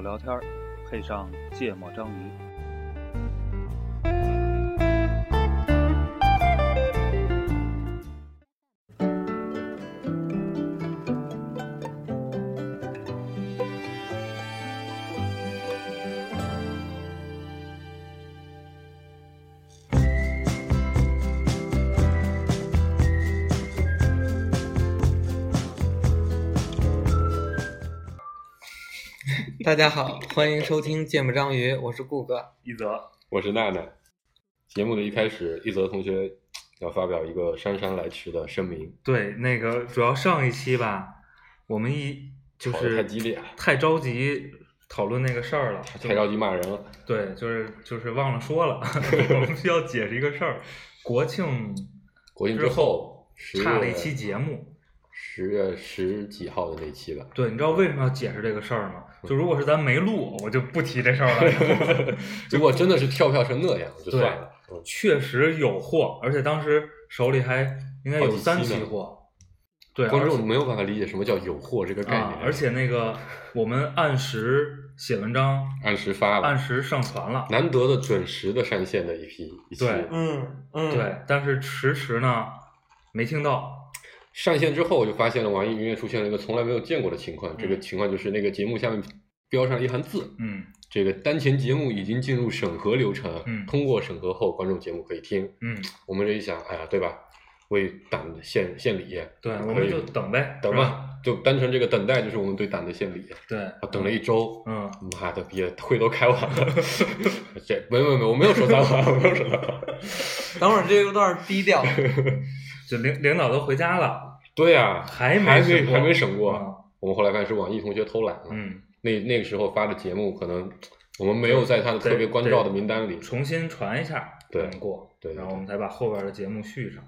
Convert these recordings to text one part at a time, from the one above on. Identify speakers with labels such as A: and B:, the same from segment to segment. A: 聊天，配上芥末章鱼。
B: 大家好，欢迎收听《芥末章鱼》，我是顾哥。
A: 一泽，
C: 我是娜娜。节目的一开始，一泽同学要发表一个姗姗来迟的声明，
D: 对，那个主要上一期吧，我们一就
C: 吵得太
D: 是
C: 激烈了，啊
D: 太着急讨论那个事儿了，就
C: 太着急骂人了。
D: 对，就是就是忘了说了， 我们需要解释一个事儿。国庆
C: 国庆
D: 之
C: 后，十
D: 差了
C: 月
D: 一期节目，
C: 十月十几号的那期 吧，
D: 对，你知道为什么要解释这个事
C: 嗯
D: 儿吗？就如果是咱没录，我就不提这事 儿了。
C: 如果真的是跳票成那样，就
D: 对
C: 算了。嗯，
D: 确实有货，而且当时手里还应该
C: 好
D: 有
C: 几期
D: 三
C: 呢
D: 期货。对，
C: 嗯观
D: 而且
C: 众没有办法理解什么叫有货这个概
D: 啊
C: 念，，
D: 而且那个我们按时写 文章，
C: 按时发
D: 按
C: 了，
D: 时上传了。
C: 难得的准时的上线的一批一期。
D: 对
E: 嗯嗯，
D: 对，但是迟迟呢没听到。
C: 上线之后，我就发现了网易云音乐出现了一个从来没有见过的情况，这个情况就是那个节目下面标上了一行字，
D: 嗯
C: 这个单前节目已经进入审核流程，
D: 嗯
C: 通过审核后，观众节目可以听。
D: 嗯，
C: 我们这一想，哎呀，对吧？为党献献礼，
D: 对，我
C: 可
D: 们
C: 以
D: 就等呗，
C: 等
D: 是吧。
C: 吧，就单纯这个等待就是我们对党的献礼。
D: 对，
C: 啊等了一周，
D: 嗯，
C: 妈的逼，会都开完了， 这没有没有没有，我没有说脏话，我没有说脏话。
E: 等会儿这个段低 调，
D: 就领领导都回家了，
C: 对呀、
D: 还
C: 还没
D: 审过
C: 还没审过。我们后来发现是网易同学偷懒了，
D: 嗯，
C: 那那个时候发的节目可能我们没有在他的特别关照的名单里
D: 嗯，。重新传一下，
C: 对
D: 能过，
C: 对对
D: 然后
C: 对
D: 我们才把后边的节目续上。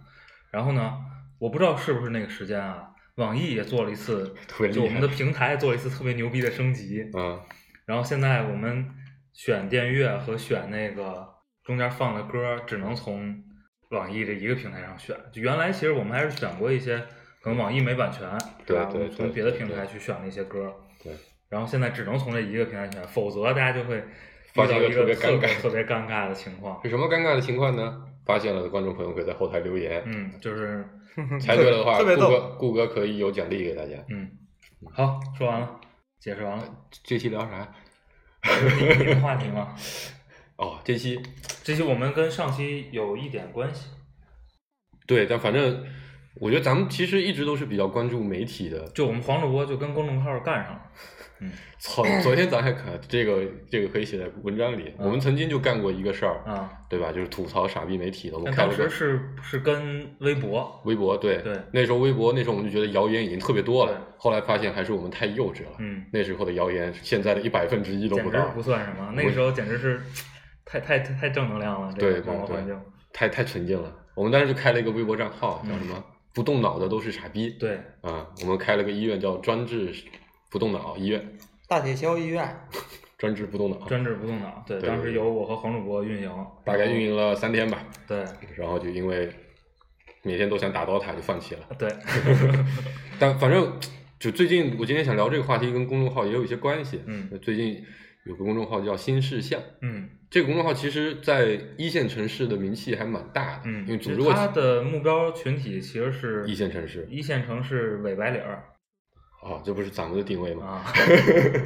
D: 然后呢，我不知道是不是那个时间啊，网易也做了一次，
C: 特别厉害
D: 就我们的平台做了一次特别牛逼的升级。
C: 啊，
D: 然后现在我们选电乐和选那个中间放的歌，只能从网易这一个平台上选。就原来其实我们还是选过一些，可能网易没版权，
C: 对
D: 是吧？
C: 对
D: 我们从
C: 对
D: 别的
C: 对
D: 平台
C: 对
D: 去选了一些歌，
C: 对。
D: 然后现在只能从这一个平台选，否则大家就会遇
C: 发
D: 到
C: 现一
D: 一
C: 个特别
D: 特
C: 尴
D: 别
C: 尬
D: 特别尴尬的情况。
C: 是什么尴尬的情况呢？发现了的观众朋友可以在后台留言，
D: 嗯，就是
C: 猜对了的话，
E: 特别
C: 顾
E: 逗
C: 哥顾哥可以有奖励给大家。
D: 嗯，好，说完了，解释完了，
C: 这期聊啥？
D: 你你的话题吗？
C: 哦，这期
D: 这期我们跟上期有一点关系，
C: 对，但反正我觉得咱们其实一直都是比较关注媒体的。
D: 就我们黄主播就跟公众号干上了。
C: 嗯操，昨天咱还看这个，这个可以写在文章里。
D: 嗯
C: 我们曾经就干过一个事儿，
D: 啊、
C: 对吧？就是吐槽傻逼媒体的。我们
D: 但
C: 开
D: 当
C: 了
D: 时
C: 个
D: 是是跟微博，
C: 微博，对
D: 对
C: 那时候微博，那时候我们就觉得谣言已经特别多
D: 对
C: 了。后来发现还是我们太幼稚了。
D: 嗯，
C: 那时候的谣言，现在的一百分之一都
D: 简
C: 不
D: 直
C: 到
D: 不，算什么。那个时候简直是太太太太正能量了，这
C: 对
D: 个
C: 对
D: 网络
C: 对
D: 环境。
C: 太太纯净了。我们当时就开了一个微博账号，叫
D: 嗯
C: 什么？不动脑的都是傻逼。
D: 对，
C: 啊，我们开了个医院叫专治不动脑医院，
E: 大铁锹医院，
C: 专治不动脑，
D: 专治不动脑。对，
C: 对
D: 当时
C: 对
D: 由我和黄主播运营，
C: 大概运营了三天吧，
D: 对
C: 然后就因为每天都想打 DOTA 就放弃了。
D: 对，
C: 但反正就最近，我今天想聊这个话题跟公众号也有一些关系。
D: 嗯，
C: 最近有个公众号叫新事项，
D: 嗯
C: 这个公众号其实在一线城市的名气还蛮大的，
D: 嗯，
C: 因为
D: 其
C: 组
D: 实
C: 织过
D: 他的目标群体其实是
C: 一线城市
D: 一线城市伪白领儿
C: 啊，这不是咱们的定位吗？
D: 啊，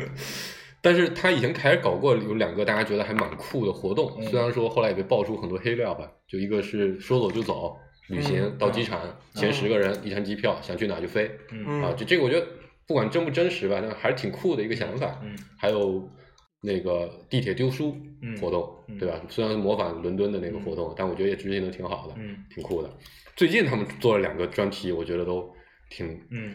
C: 但是他以前开始搞过有两个大家觉得还蛮酷的活动，
D: 嗯
C: 虽然说后来也被爆出很多黑料吧，就一个是说走就走，旅行、
E: 嗯
C: 到机场、前十个人、一张机票，想去哪就飞、
D: 嗯
E: 嗯
C: 啊，就这个我觉得不管真不真实吧，但还是挺酷的一个想法。
D: 嗯
C: 还有那个地铁丢书
D: 嗯
C: 活动，
D: 嗯
C: 对吧？虽然模仿伦敦的那个活动，但我觉得也执行的挺好的，
D: 嗯
C: 挺酷的。最近他们做了两个专题，我觉得都挺
D: 嗯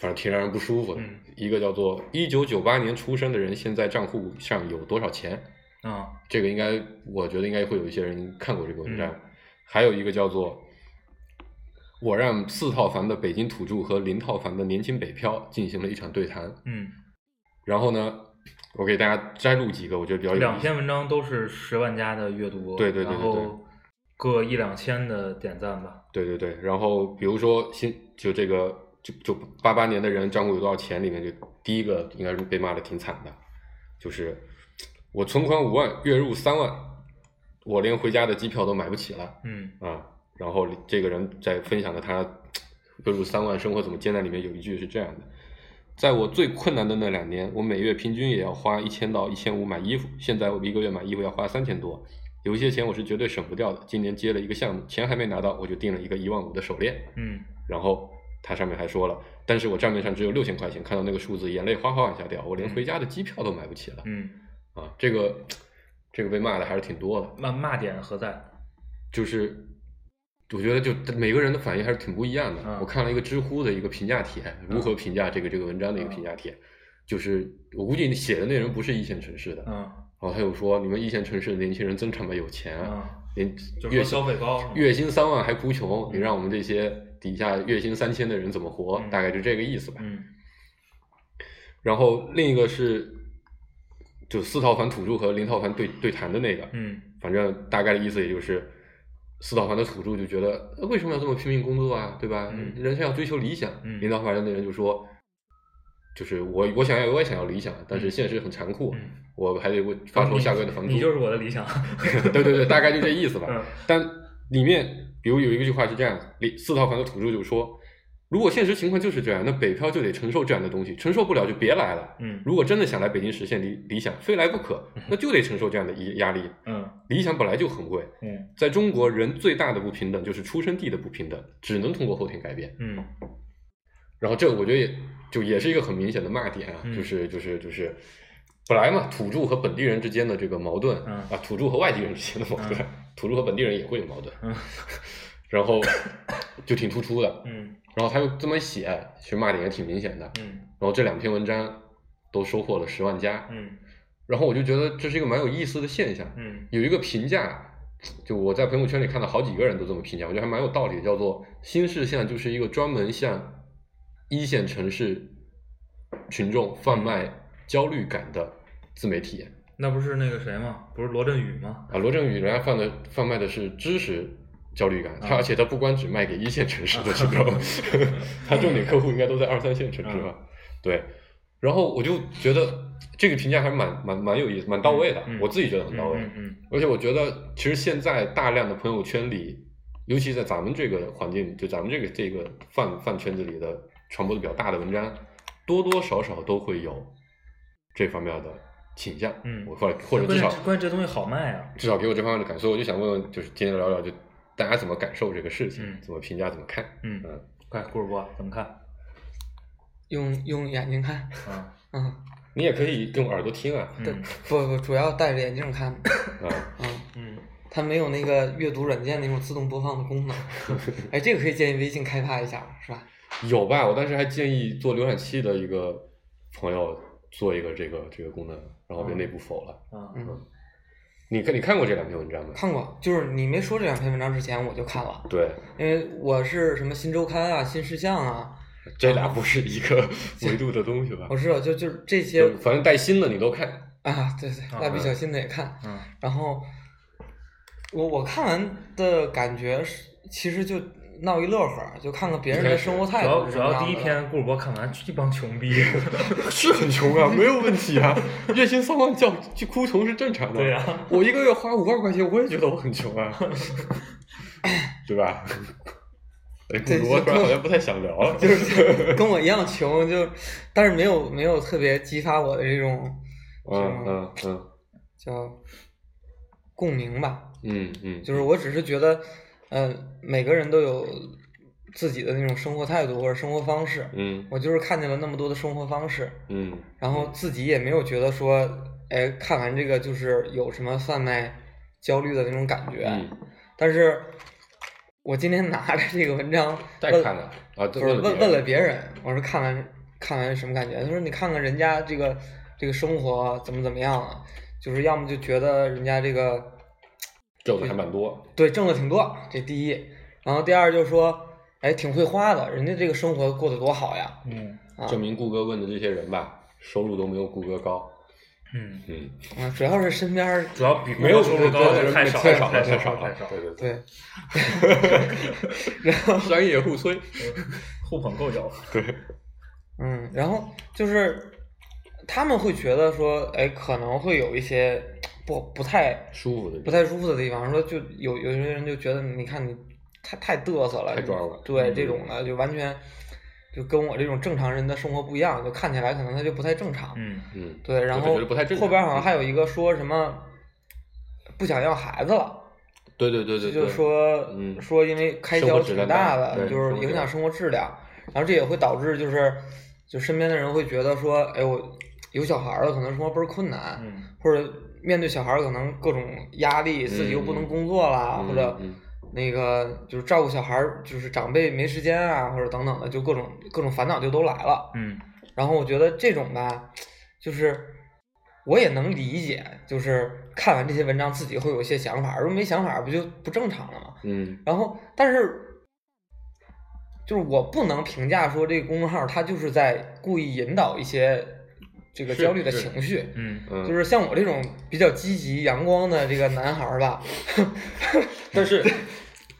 C: 反正挺让人不舒服的。
D: 嗯
C: 一个叫做“一九九八年出生的人现在账户上有多少钱
D: 啊”，
C: 这个应该我觉得应该会有一些人看过这个文
D: 嗯
C: 章。还有一个叫做“我让四套房的北京土著和零套房的年轻北漂进行了一场对谈
D: 嗯，”。
C: 然后呢，我给大家摘录几个我觉得比较有
D: 两
C: 意思。
D: 篇文章都是十万加的阅读，
C: 对对对对
D: 然后各一两千的点赞吧，
C: 对对对，然后比如说新就这个就就八八年的人账户有多少钱里面，就第一个应该是被骂的挺惨的。就是我存款五万，月入三万，我连回家的机票都买不起了
D: 嗯
C: 啊。然后这个人在分享了他月入三万生活怎么艰难里面有一句是这样的：在我最困难的那两年，我每月平均也要花一千到一千五买衣服，现在我一个月买衣服要花三千多。有一些钱我是绝对省不掉的。今年接了一个项目，钱还没拿到，我就订了一个一万五的手链。
D: 嗯
C: 然后他上面还说了，但是我账面上只有六千块钱，看到那个数字，眼泪哗哗往下掉，我连回家的机票都买不起了、
D: 嗯，
C: 啊！这个这个被骂的还是挺多的，
D: 骂骂点何在？
C: 就是我觉得就每个人的反应还是挺不一样的。
D: 嗯
C: 我看了一个知乎的一个评价帖，如何评价这个这个文章的一个评
D: 嗯
C: 价帖，就是我估计你写的内容不是一线城市的，然
D: 嗯
C: 后他又说你们一线城市的年轻人真他妈有钱啊，
D: 嗯，
C: 连
D: 就
C: 月
D: 是说消费高是吗
C: 月薪三万还哭穷，你让我们这些底下月薪三千的人怎么活？
D: 嗯
C: 大概就这个意思吧。
D: 嗯
C: 然后另一个是，就四套房土著和零套房对对谈的那个，
D: 嗯
C: 反正大概的意思也就是，四套房的土著就觉得呃为什么要这么拼命工作啊，对吧？
D: 嗯
C: 人是要追求理想。
D: 嗯
C: 零套房的那人就说，就是我我想要我也想要理想，但是现实很残酷，
D: 嗯，
C: 我还得为发愁下个月的房租。
D: 你就是我的理想。
C: 对对对，大概就这意思吧。
D: 嗯
C: 但里面比如有一个句话是这样，里四套房的土著就说，如果现实情况就是这样，那北漂就得承受这样的东西，承受不了就别来了。
D: 嗯
C: 如果真的想来北京实现理理想，非来不可，那就得承受这样的压压力。
D: 嗯
C: 理想本来就很贵，
D: 嗯
C: 在中国人最大的不平等就是出生地的不平等，只能通过后天改变。
D: 嗯
C: 然后这我觉得也就也是一个很明显的骂点啊，
D: 嗯
C: 就是就是就是，本来嘛，土著和本地人之间的这个矛盾、
D: 嗯
C: 啊，土著和外地人之间的矛盾，
D: 嗯
C: 土著和本地人也会有矛盾，
D: 嗯
C: 然 后就挺突出的。
D: 嗯
C: 然后他又这么写，其实骂点也挺明显的。
D: 嗯
C: 然后这两篇文章都收获了十万加，
D: 嗯
C: 然后我就觉得这是一个蛮有意思的现象。
D: 嗯
C: 有一个评价，就我在朋友圈里看到好几个人都这么评价，我觉得还蛮有道理的，叫做“新事项”就是一个专门向一线城市群众贩卖焦虑感的自媒体
D: 那不是那个谁吗？不是罗振宇吗？
C: 啊。罗振宇人家贩的贩卖的是知识。焦虑感，他
D: 啊
C: 而且他不光只卖给一线城市的群 众，他重点客户应该都在二三线城市吧？
D: 嗯
C: 对，然后我就觉得这个评价还蛮蛮蛮有意思，蛮到位的，
D: 嗯嗯
C: 我自己觉得很
D: 嗯
C: 到位。
D: 嗯嗯
C: 而且我觉得，其实现在大量的朋友圈里，尤其在咱们这个环境，就咱们这个这个饭饭圈子里的传播的比较大的文章，多多少少都会有这方面的倾向。
D: 嗯
C: 我或者或者至
D: 关键
C: 少
D: 这关键这东西好卖啊。
C: 至少给我这方面的感受，我就想问问，就是今天聊聊，就大家怎么感受这个事情，
D: 嗯
C: 怎么评价，怎么看？
D: 嗯，快顾主播怎么 看？
E: 用用眼睛看，
D: 嗯
E: 嗯，
C: 你也可以用耳朵听 啊，
E: 对
D: 嗯，
E: 不不，主要戴着眼镜看，
C: 啊，
E: 嗯，
D: 嗯
E: 它没有那个阅读软件那种自动播放的功 能，哎，这个可以建议微信开发一下，是吧？
C: 有吧？我当时还建议做浏览器的一个朋友做一个这个这个功能，然
D: 哦
C: 后被内部否了。
D: 嗯
E: 嗯，
C: 你看你看过这两篇文章吗？
E: 看过，就是你没说这两篇文章之前我就看了，
C: 对，
E: 因为我是什么新周刊啊、新事项啊，
C: 这俩不是 一个维度的东 西吧
E: 我？知道，就就是这些
C: 就反正带新的你都看，
E: 啊，对对，蜡笔小新的也看，
D: 嗯
E: 然后我我看完的感觉是，其实就闹一乐呵儿，就看看别人
C: 一开
E: 的
C: 始
E: 生活
D: 主
E: 态度
D: 要
E: 是
D: 主
E: 什么样的。
D: 要第一篇顾主播看完，一帮穷 逼。
C: 是很穷啊，没有问题啊，月薪三万叫去哭穷是正常的。
D: 对啊呀，
C: 我一个月花五万块钱，我也觉得我很穷啊， 对 吧？哎，
E: 对
C: 我突然
E: 就
C: 好像不太想聊 了，
E: 就是跟我一样穷，就但是没有没有特别激发我的这种
C: 嗯嗯嗯
E: 叫共鸣吧，
C: 嗯嗯，
E: 就是我只是觉得，呃，每个人都有自己的那种生活态度或者生活方式，
C: 嗯
E: 我就是看见了那么多的生活方式，
C: 嗯
E: 然后自己也没有觉得说，哎，看完这个就是有什么贩卖焦虑的那种感觉。
C: 嗯，
E: 但是，我今天拿着这个文章
C: 再
E: 问
C: 看了啊，
E: 不
C: 对
E: 是问问
C: 别
E: 了
C: 人
E: 别人，我说看完看完什么感觉？他说你看看人家这个这个生活怎么怎么样了，就是要么就觉得人家这个
C: 挣的还蛮多，
E: 对挣的挺多，这第一，然后第二就说，哎，挺会花的，人家这个生活过得多好呀，
D: 嗯
E: 啊
C: 证明顾哥问的这些人吧，收入都没有顾哥高，
D: 嗯，
C: 嗯。
E: 啊，主要是身边儿
D: 主要比顾
C: 没有
D: 哥收入高的太少
C: 太少
D: 太
C: 太
D: 少
C: 了，
D: 太少，
C: 对对
E: 对
C: 对，商业互吹，
D: 互捧够久了。
C: 对，
E: 嗯，然后就是他们会觉得说，哎，可能会有一些不不太
C: 舒服的
E: 不太舒服的地方，说就有有些人就觉得，你看你太太嘚瑟了，
C: 太装了
E: 对
C: 嗯
E: 这种的就完全就跟我这种正常人的生活不一样，就看起来可能他就不太正常。
D: 嗯
C: 嗯，
E: 对，然
C: 就
E: 后
C: 觉得不太正常嗯
E: 后边好像还有一个说什么不想要孩子了，
C: 对对对对对，
E: 就说、
C: 嗯
E: 说因为开
C: 生活
E: 销
C: 质
E: 挺
C: 量
E: 大
C: 大
E: 的，
C: 对
E: 就是
C: 生活
E: 影
C: 质
E: 响
C: 量
E: 生活质量，然后这也会导致就是就身边的人会觉得说，哎我有小孩儿了，可能生活倍儿困难，
D: 嗯
E: 或者面对小孩儿可能各种压力，自己又不能工作啦，
C: 嗯
E: 或者
C: 嗯
E: 那个就是照顾小孩儿，就是长辈没时间啊，或者等等的，就各种各种烦恼就都来了。
D: 嗯
E: 然后我觉得这种吧，就是我也能理解，就是看完这些文章自己会有一些想法，如果没想法不就不正常了吗？
C: 嗯
E: 然后，但是就是我不能评价说这个公众号它就是在故意引导一些这个
C: 是
E: 焦虑的
C: 是
E: 情绪，
D: 嗯
C: 嗯，
E: 就是像我这种比较积极阳光的这个男孩儿吧，
C: 但是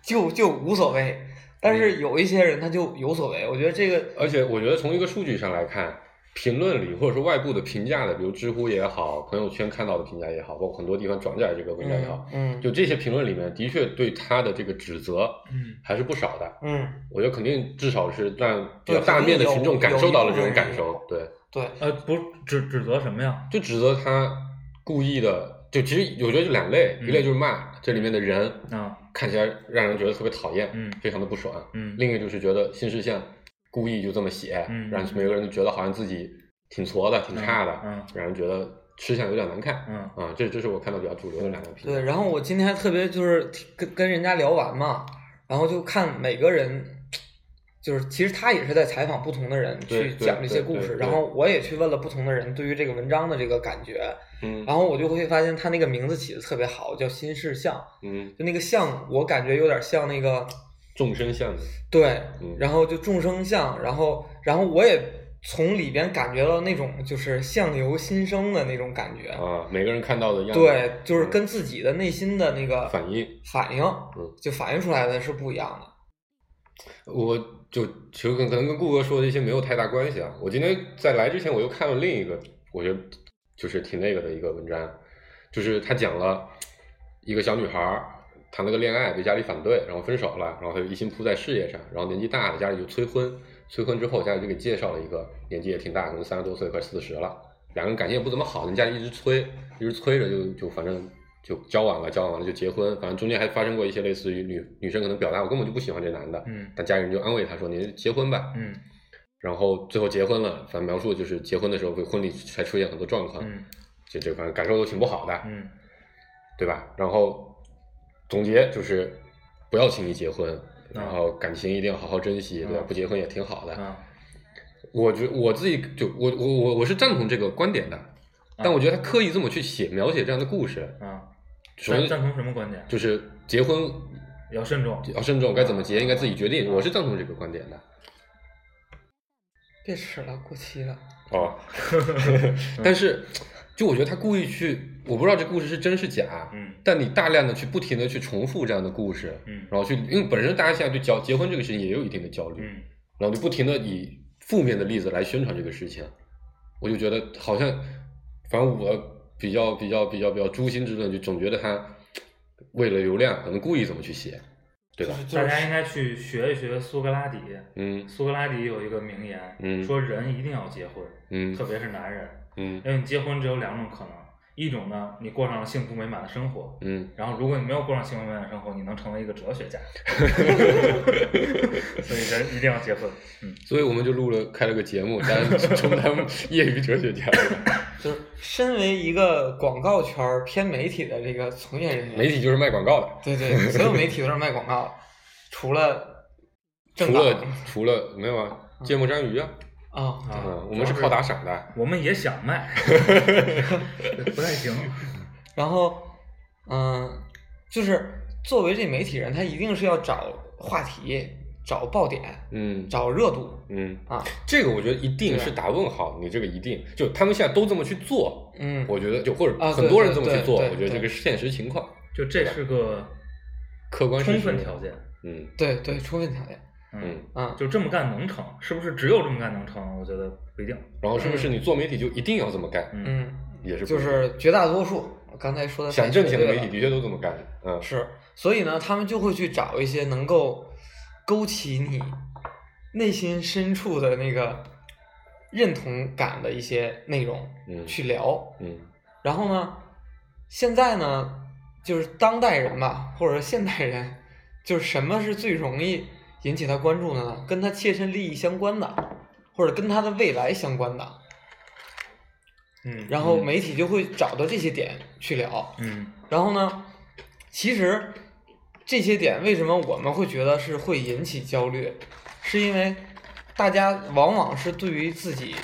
E: 就就无所谓。但
C: 嗯
E: 是有一些人他就有所谓，我觉得这个
C: 而且我觉得从一个数据上来看，评论里或者说外部的评价的，比如知乎也好，朋友圈看到的评价也好，包括很多地方转载这个文章也好，
E: 嗯
C: 就这些评论里面，的确对他的这个指责
D: 嗯
C: 还是不少的。
E: 嗯，
C: 我觉得肯定至少是让比
E: 对
C: 较大面的
E: 肯定有
C: 群众感
E: 有
C: 受到
E: 一
C: 了
E: 部
C: 这种
E: 分
C: 感
E: 人
C: 受，对，
E: 对，
D: 呃，不指指责什么呀？
C: 就指责他故意的，就其实我觉得就两类，
D: 嗯
C: 一类就是骂这里面的人
D: 啊
C: 看起来让人觉得特别讨厌，
D: 嗯
C: 非常的不爽，
D: 嗯
C: 另一个就是觉得新事项故意就这么写，
D: 嗯
C: 让每个人都觉得好像自己挺矬的、挺差的，
D: 嗯
C: 让人觉得吃相有点难看。
D: 嗯
C: 啊，这这是我看到比较主流的两个评价。
E: 对，然后我今天还特别就是跟跟人家聊完嘛，然后就看每个人，就是其实他也是在采访不同的人
C: 对
E: 去
C: 对
E: 讲这些
C: 对
E: 故
C: 对
E: 事，
C: 对
E: 然后我也去问了不同的人对于这个文章的这个感觉，
C: 嗯
E: 然后我就会发现他那个名字起的特别好，叫新事项，
C: 嗯，
E: 就那个项我感觉有点像那个
C: 众生相的，
E: 对
C: 嗯，
E: 然后就众生相，然后然后我也从里边感觉到那种就是相由心生的那种感觉，
C: 啊，每个人看到的样子，嗯
E: 对，就是跟自己的内心的那个
C: 反应。
E: 反应，
C: 嗯
E: 就反映出来的是不一样的。
C: 我就其实可可能跟顾哥说的一些没有太大关系啊。我今天在来之前，我又看了另一个，我觉得就是挺那个的一个文章，就是他讲了一个小女孩儿谈了个恋爱，被家里反对，然后分手了，然后她就一心扑在事业上，然后年纪大了，家里就催婚，催婚之后家里就给介绍了一个年纪也挺大，可能三十多岁快四十了，两个人感情也不怎么好，人家一直催，一直催着就就反正就交往了，交往完了就结婚，反正中间还发生过一些类似于女女生可能表达我根本就不喜欢这男的，
D: 嗯
C: 但家里人就安慰他说：“你结婚吧。
D: 嗯”
C: 然后最后结婚了，反正描述就是结婚的时候，婚礼才出现很多状况，
D: 嗯
C: 就这反正感受都挺不好的，
D: 嗯
C: 对吧？然后总结就是不要轻易结婚，
D: 啊
C: 然后感情一定要好好珍惜，对吧？
D: 嗯
C: 不结婚也挺好的。
D: 啊
C: 我觉我自己就我我我我是赞同这个观点的，但我觉得他刻意这么去写描写这样的故事，
D: 啊，
C: 首
D: 赞赞
C: 先
D: 同什么观点？
C: 就是结婚
D: 要慎重。
C: 要慎重，该怎么
D: 啊
C: 结应该自己决定，我是赞同这个观点的。
E: 别吃了，过期了。
C: 哦，但是就我觉得他故意去，我不知道这故事是真是假，
D: 嗯
C: 但你大量的去不停的去重复这样的故事，
D: 嗯
C: 然后去，因为本身大家现在对结结婚这个事情也有一定的焦虑，
D: 嗯
C: 然后就不停的以负面的例子来宣传这个事情，我就觉得好像，反正我比较比较比较比较诛心之论，就总觉得他为了流量，可能故意怎么去写，对吧？
D: 大家应该去学一学苏格拉底。
C: 嗯
D: 苏格拉底有一个名言，
C: 嗯
D: 说人一定要结婚，
C: 嗯
D: 特别是男人，
C: 嗯
D: 因为你结婚只有两种可能，一种呢，你过上了幸福美满的生活，
C: 嗯，
D: 然后如果你没有过上幸福美满的生活，你能成为一个哲学家， 所以人一定要结婚。嗯
C: 所以我们就录了开了个节目，大 家充当业余哲学家。对吧
E: 就是身为一个广告圈儿偏媒体的这个从业人员，
C: 媒体就是卖广告的，
E: 对对，所有媒体都是卖广告的，除了
C: 除
E: 正嗯
C: 了
E: 版
C: 除了没有啊，芥末章鱼啊，
E: 啊，
D: 啊，
C: 嗯，我们是靠打赏的，
D: 我们也想卖， 不太行。
E: 然后嗯，就是作为这媒体人，他一定是要找话题、找爆点、
C: 嗯
E: 找热度
C: 嗯，
E: 啊，
C: 这个我觉得一定是打问号，你这个一定就他们现在都这么去做，
E: 嗯，
C: 我觉得就或者
E: 啊对
C: 很多人这么去做，
E: 对对
C: 我觉得这
E: 对
C: 个是现实情况，
D: 就这是个
C: 客观事实
D: 充分条件，
C: 嗯
E: 对对，充分条件。
C: 嗯，
E: 嗯，
D: 就这么干能成？是不是只有这么干能成？我觉得不一定。
C: 然后是不是你做媒体就一定要这么干？
D: 嗯
E: 嗯，
C: 也是不
E: 就
C: 一定
E: 是绝大多数，我刚才说的
C: 想
E: 太
C: 挣
E: 绝
C: 钱的
E: 对
C: 媒
E: 了
C: 体的确都这么干的。嗯，
E: 是，所以呢，他们就会去找一些能够勾起你内心深处的那个认同感的一些内容
C: 嗯
E: 去聊。
C: 嗯
E: 然后呢，现在呢，就是当代人吧，或者说现代人，就是什么是最容易引起他关注的呢？跟他切身利益相关的，或者跟他的未来相关的。
D: 嗯，
E: 然后
C: 嗯
E: 媒体就会找到这些点去聊。
D: 嗯
E: 然后呢，其实这些点为什么我们会觉得是会引起焦虑，是因为大家往往是对于自己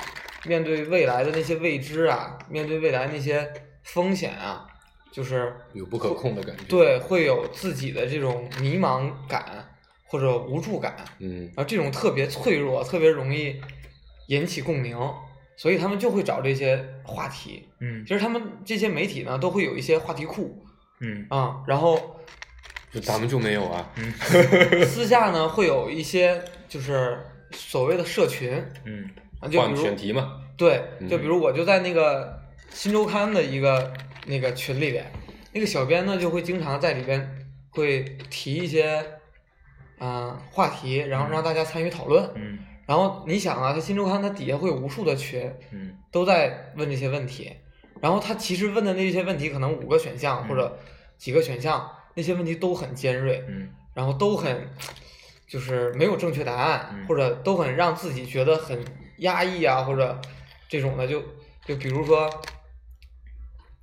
E: 面对未来的那些未知啊，面对未来那些风险啊，就是
C: 有不可控的感觉。
E: 对会有自己的这种迷茫感或者无助感，
C: 嗯
E: 然后这种特别脆弱，特别容易引起共鸣，所以他们就会找这些话题。
D: 嗯
E: 其实他们这些媒体呢，都会有一些话题库，
D: 嗯
E: 啊、然后
C: 就咱们就没有啊。
D: 嗯
E: 私下呢会有一些就是所谓的社群，
D: 嗯
E: 啊，就比
C: 换
E: 如
C: 选题嘛，
E: 对，
C: 嗯
E: 就比如我就在那个新周刊的一个那个群里边，那个小编呢就会经常在里边会提一些啊、话题，然后让大家参与讨论。
D: 嗯
E: 然后你想啊，他新周刊它底下会有无数的群，
D: 嗯
E: 都在问这些问题，然后他其实问的那些问题可能五个选项
D: 嗯
E: 或者几个选项，那些问题都很尖锐。
D: 嗯
E: 然后都很就是没有正确答案，
D: 嗯
E: 或者都很让自己觉得很压抑啊，或者这种的就就比如说，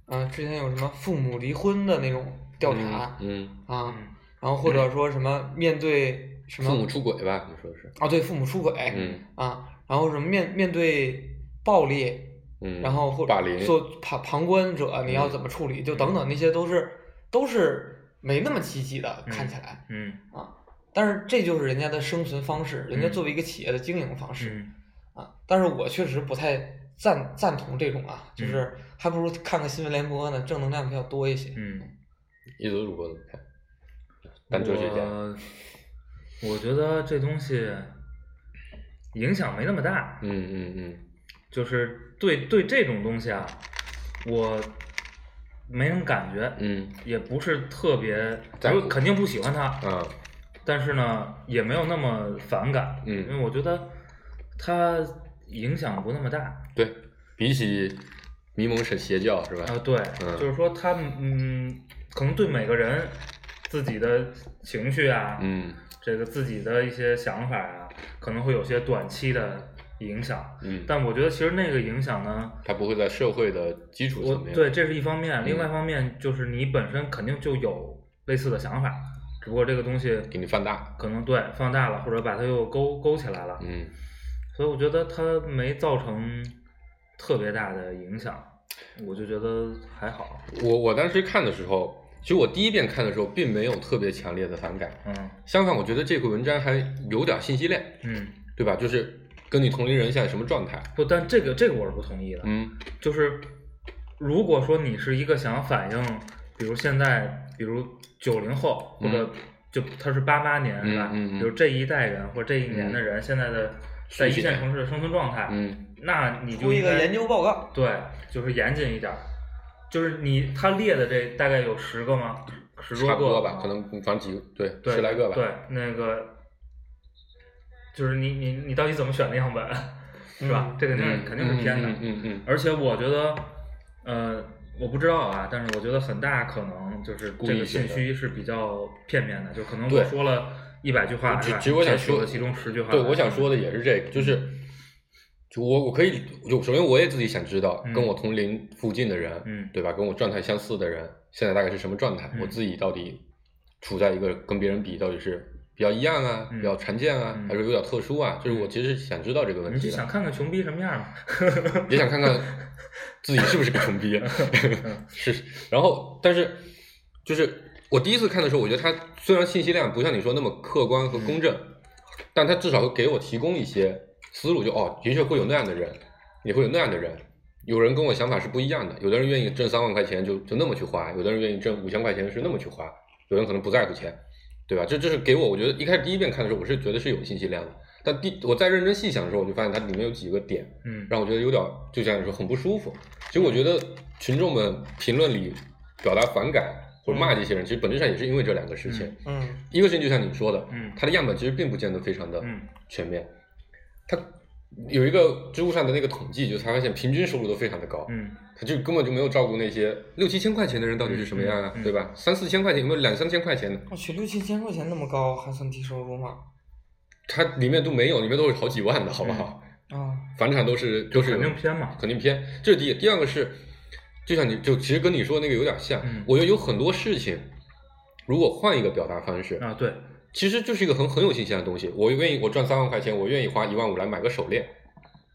E: 嗯、之前有什么父母离婚的那种调查、
C: 嗯，
E: 啊，然后或者说什么面对什
C: 嗯父母
E: 么
C: 出轨吧，你说是？
E: 啊，对父母出轨、
C: 嗯
E: 啊，然后什么面面对暴力，
C: 嗯，
E: 然后或
C: 霸凌，
E: 做旁旁观者，你要
C: 嗯
E: 怎么处理，就等等那些都是都是没那么积极的，看起来。
D: 嗯
E: 但是这就是人家的生存方式，人家作为一个企业的经营方式、
D: 嗯
E: 啊。但是我确实不太赞赞同这种啊，就是还不如看看新闻联播呢，正能量比较多一些。
D: 嗯。
C: 一泽主播怎么看？咱哲学家，
D: 我我觉得这东西影响没那么大，
C: 嗯嗯嗯
D: 就是对对这种东西啊，我没什么感觉，
C: 嗯
D: 也不是特别，
C: 在乎
D: 我肯定不喜欢它，
C: 啊
D: 但是呢，也没有那么反感，
C: 嗯
D: 因为我觉得它影响不那么大。
C: 对，比起迷蒙神邪教是吧？
D: 啊，对，
C: 嗯
D: 就是说他嗯，可能对每个人自己的情绪啊，
C: 嗯
D: 这个自己的一些想法啊，可能会有些短期的影响。
C: 嗯，
D: 但我觉得其实那个影响呢，
C: 它不会在社会的基础
D: 我
C: 层面，
D: 对这是一方面，
C: 嗯
D: 另外一方面就是你本身肯定就有类似的想法，只不过这个东西
C: 给你放大，
D: 可能对放大了，或者把它又勾勾起来了。
C: 嗯。
D: 所以我觉得它没造成特别大的影响，我就觉得还好。
C: 我我当时看的时候，其实我第一遍看的时候并没有特别强烈的反感，
D: 嗯
C: 相反，我觉得这个文章还有点信息链，
D: 嗯。
C: 对吧？就是跟你同龄人现在什么状态？
D: 不，但这个这个我是不同意的。
C: 嗯
D: 就是如果说你是一个想反映，比如现在，比如九零后或者就他是八八年
C: 嗯
D: 是吧？
C: 嗯嗯
D: 比如这一代人或者这一年的人现在的在一
C: 需求
D: 线城市的生存状态，
C: 嗯
D: 那你就
E: 出一
D: 应
E: 个
D: 该
E: 研究报告，
D: 对，就是严谨一点儿。就是你他列的这大概有十个吗？十多
C: 差
D: 个
C: 不多吧，可能反正几个对
D: 对
C: 十来个吧。
D: 对，那个就是你你你到底怎么选的样本 是吧？
E: 嗯
D: 这肯定
C: 嗯，
D: 是肯定是偏的。
C: 嗯嗯嗯嗯，
D: 而且我觉得，呃，我不知道啊，但是我觉得很大可能就是
C: 故
D: 这
C: 意
D: 个
C: 选
D: 信
C: 的
D: 息是比较片面的，就可能
C: 对
D: 我说了一百句话，啊
C: 其
D: 是吧
C: 其实我想
D: 这十
C: 说
D: 个其中十句话，啊
C: 对，我想说的也是这个，就是就我我可以就首先我也自己想知道，
D: 嗯
C: 跟我同龄附近的人，
D: 嗯
C: 对吧？跟我状态相似的人，现在大概是什么状态？
D: 嗯
C: 我自己到底处在一个跟别人比，到底是比较一样啊，
D: 嗯
C: 比较常见啊，
D: 嗯
C: 还是有点特殊啊？就是我其实是想知道这个问
D: 你就
C: 题
D: 想
C: 的，
D: 看看穷逼什 么样嘛？
C: 也想看看自己是不是个穷逼， 是。然后，但是就是我第一次看的时候，我觉得它虽然信息量不像你说那么客观和公正，但它至少会给我提供一些思路，就哦，的确会有那样的人，也会有那样的人。有人跟我想法是不一样的，有的人愿意挣三万块钱就就那么去花，有的人愿意挣五千块钱是那么去花，有人可能不在乎钱，对吧？这这是给我，我觉得一开始第一遍看的时候，我是觉得是有信息量的，但第我再认真细想的时候，我就发现它里面有几个点
D: 嗯，
C: 让我觉得有点，就像你说很不舒服。其实我觉得群众们评论里表达反感或者骂这些人，其实本质上也是因为这两个事情。
E: 嗯
C: 一个事情就像你说的，
D: 嗯
C: 它的样本其实并不见得非常的
D: 嗯
C: 全面。它有一个知乎上的那个统计，就才发现平均收入都非常的高，
D: 嗯
C: 他就根本就没有照顾那些六七千块钱的人到底是什么样啊，
D: 嗯嗯
C: 对吧？三四千块钱有没有两三千块钱的？
E: 我去，六七千块钱那么高，还算低收入吗？
C: 它里面都没有，里面都是好几万的，好不好？
E: 啊，
C: 房产都是都是有
D: 嗯肯定偏嘛
C: 肯定偏。这是第一，第二个是，就像你就其实跟你说那个有点像，
D: 嗯
C: 我觉得有很多事情，如果换一个表达方式，
D: 啊，对，
C: 其实就是一个很很有信息量的东西。我愿意，我赚三万块钱，我愿意花一万五来买个手链，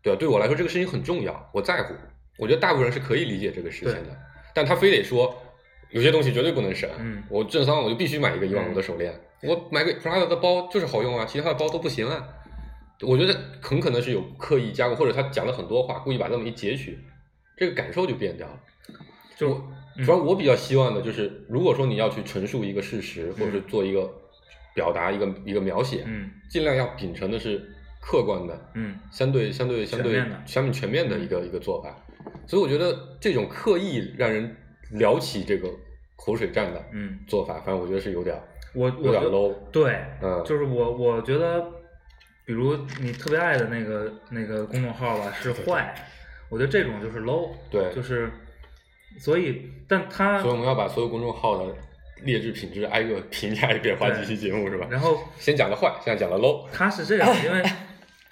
C: 对吧？对我来说，这个事情很重要，我在乎。我觉得大部分人是可以理解这个事情的，但他非得说有些东西绝对不能省。
D: 嗯
C: 我挣三万，我就必须买一个一万五的手链。我买个 Prada 的包就是好用啊，其他的包都不行啊。我觉得很可能是有刻意加工，或者他讲了很多话，故意把这么一截取，这个感受就变掉了。
D: 就
C: 我
D: 嗯
C: 主要我比较希望的就是，如果说你要去陈述一个事实，或者是做一个表达、一个一个描写，
D: 嗯
C: 尽量要秉承的是客观的，
D: 嗯
C: 相对相对相对
D: 全面的嗯
C: 相对全面的一个一个做法。所以我觉得这种刻意让人聊起这个口水战的
D: 嗯，
C: 做法，反正我觉得是有点
D: 我
C: 有
D: 我
C: 点
D: 觉得
C: low。
D: 对，
C: 嗯
D: 就是我我觉得，比如你特别爱的那个那个公众号吧，是坏，我觉得这种就是 low，
C: 对
D: 就是，所以，但他
C: 所以我们要把所有公众号的劣质品质挨个评价一遍，花几期节目是吧？
D: 然后
C: 先讲了坏，现在讲了 low。
D: 他是这样，因为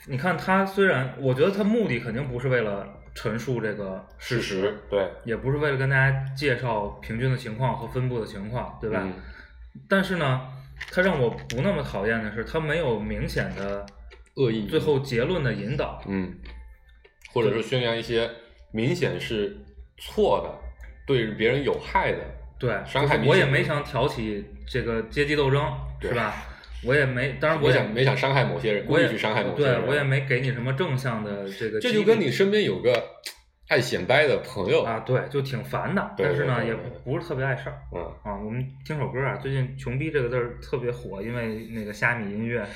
D: 你看他虽然，我觉得他目的肯定不是为了陈述这个事
C: 事实对，
D: 也不是为了跟大家介绍平均的情况和分布的情况，对吧？
C: 嗯
D: 但是呢，他让我不那么讨厌的是，他没有明显的
C: 恶意
D: 最后结论的引导。
C: 嗯，或者说宣扬一些明显是错的、对别人有害的，
D: 对，
C: 伤害
D: 就
C: 明
D: 是我也
C: 显
D: 没想挑起这个阶级斗争，
C: 对
D: 是吧？我也没，当然
C: 没
D: 我也
C: 想没想伤害某些人，故
D: 我
C: 意
D: 也
C: 去伤害某些
D: 对
C: 人，啊
D: 我也没给你什么正向的这个激
C: 这
D: 励，
C: 就跟你身边有个爱显摆的朋友，
D: 啊，对，就挺烦的，
C: 对
D: 但是呢，
C: 对对
D: 也
C: 对对
D: 不是特别碍事儿。
C: 嗯，
D: 啊，我们听首歌啊，最近“穷逼”这个字儿特别火，因为那个虾米音乐，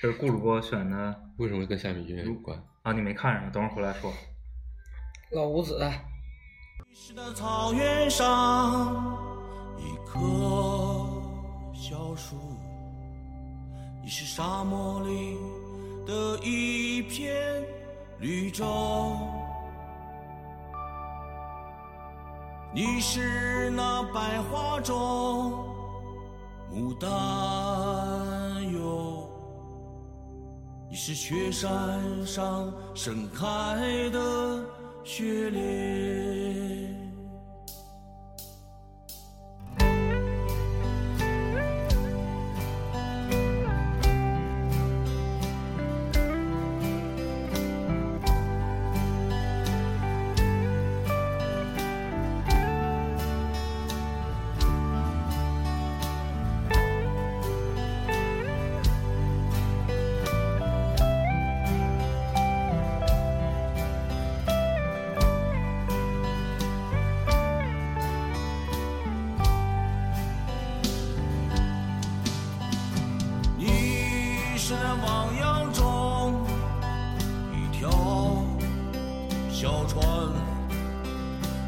D: 这是顾主播选的
C: 为什么跟下面音乐有关？
D: 啊，你没看是吗？等会儿回来说。
E: 老五子，
F: 是的草原上，一棵小树，你是沙漠里的一片绿洲，你是那百花中牡丹哟，你是雪山上盛开的雪莲。你是那汪洋中一条小船，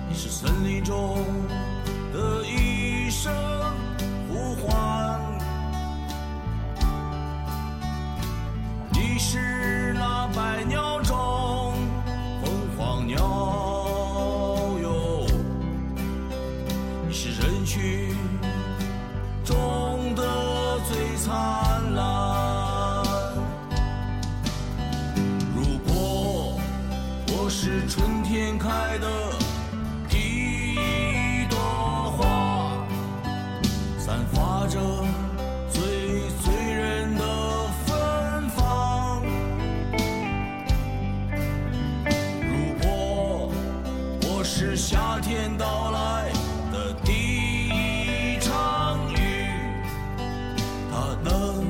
F: 你是森林中的一声呼唤，你是那百鸟中凤凰鸟哟，你是人群。中的最灿烂。如果我是春天开的第一朵花，散发着最醉人的芬芳。如果我是夏天到来的第一场雨，它能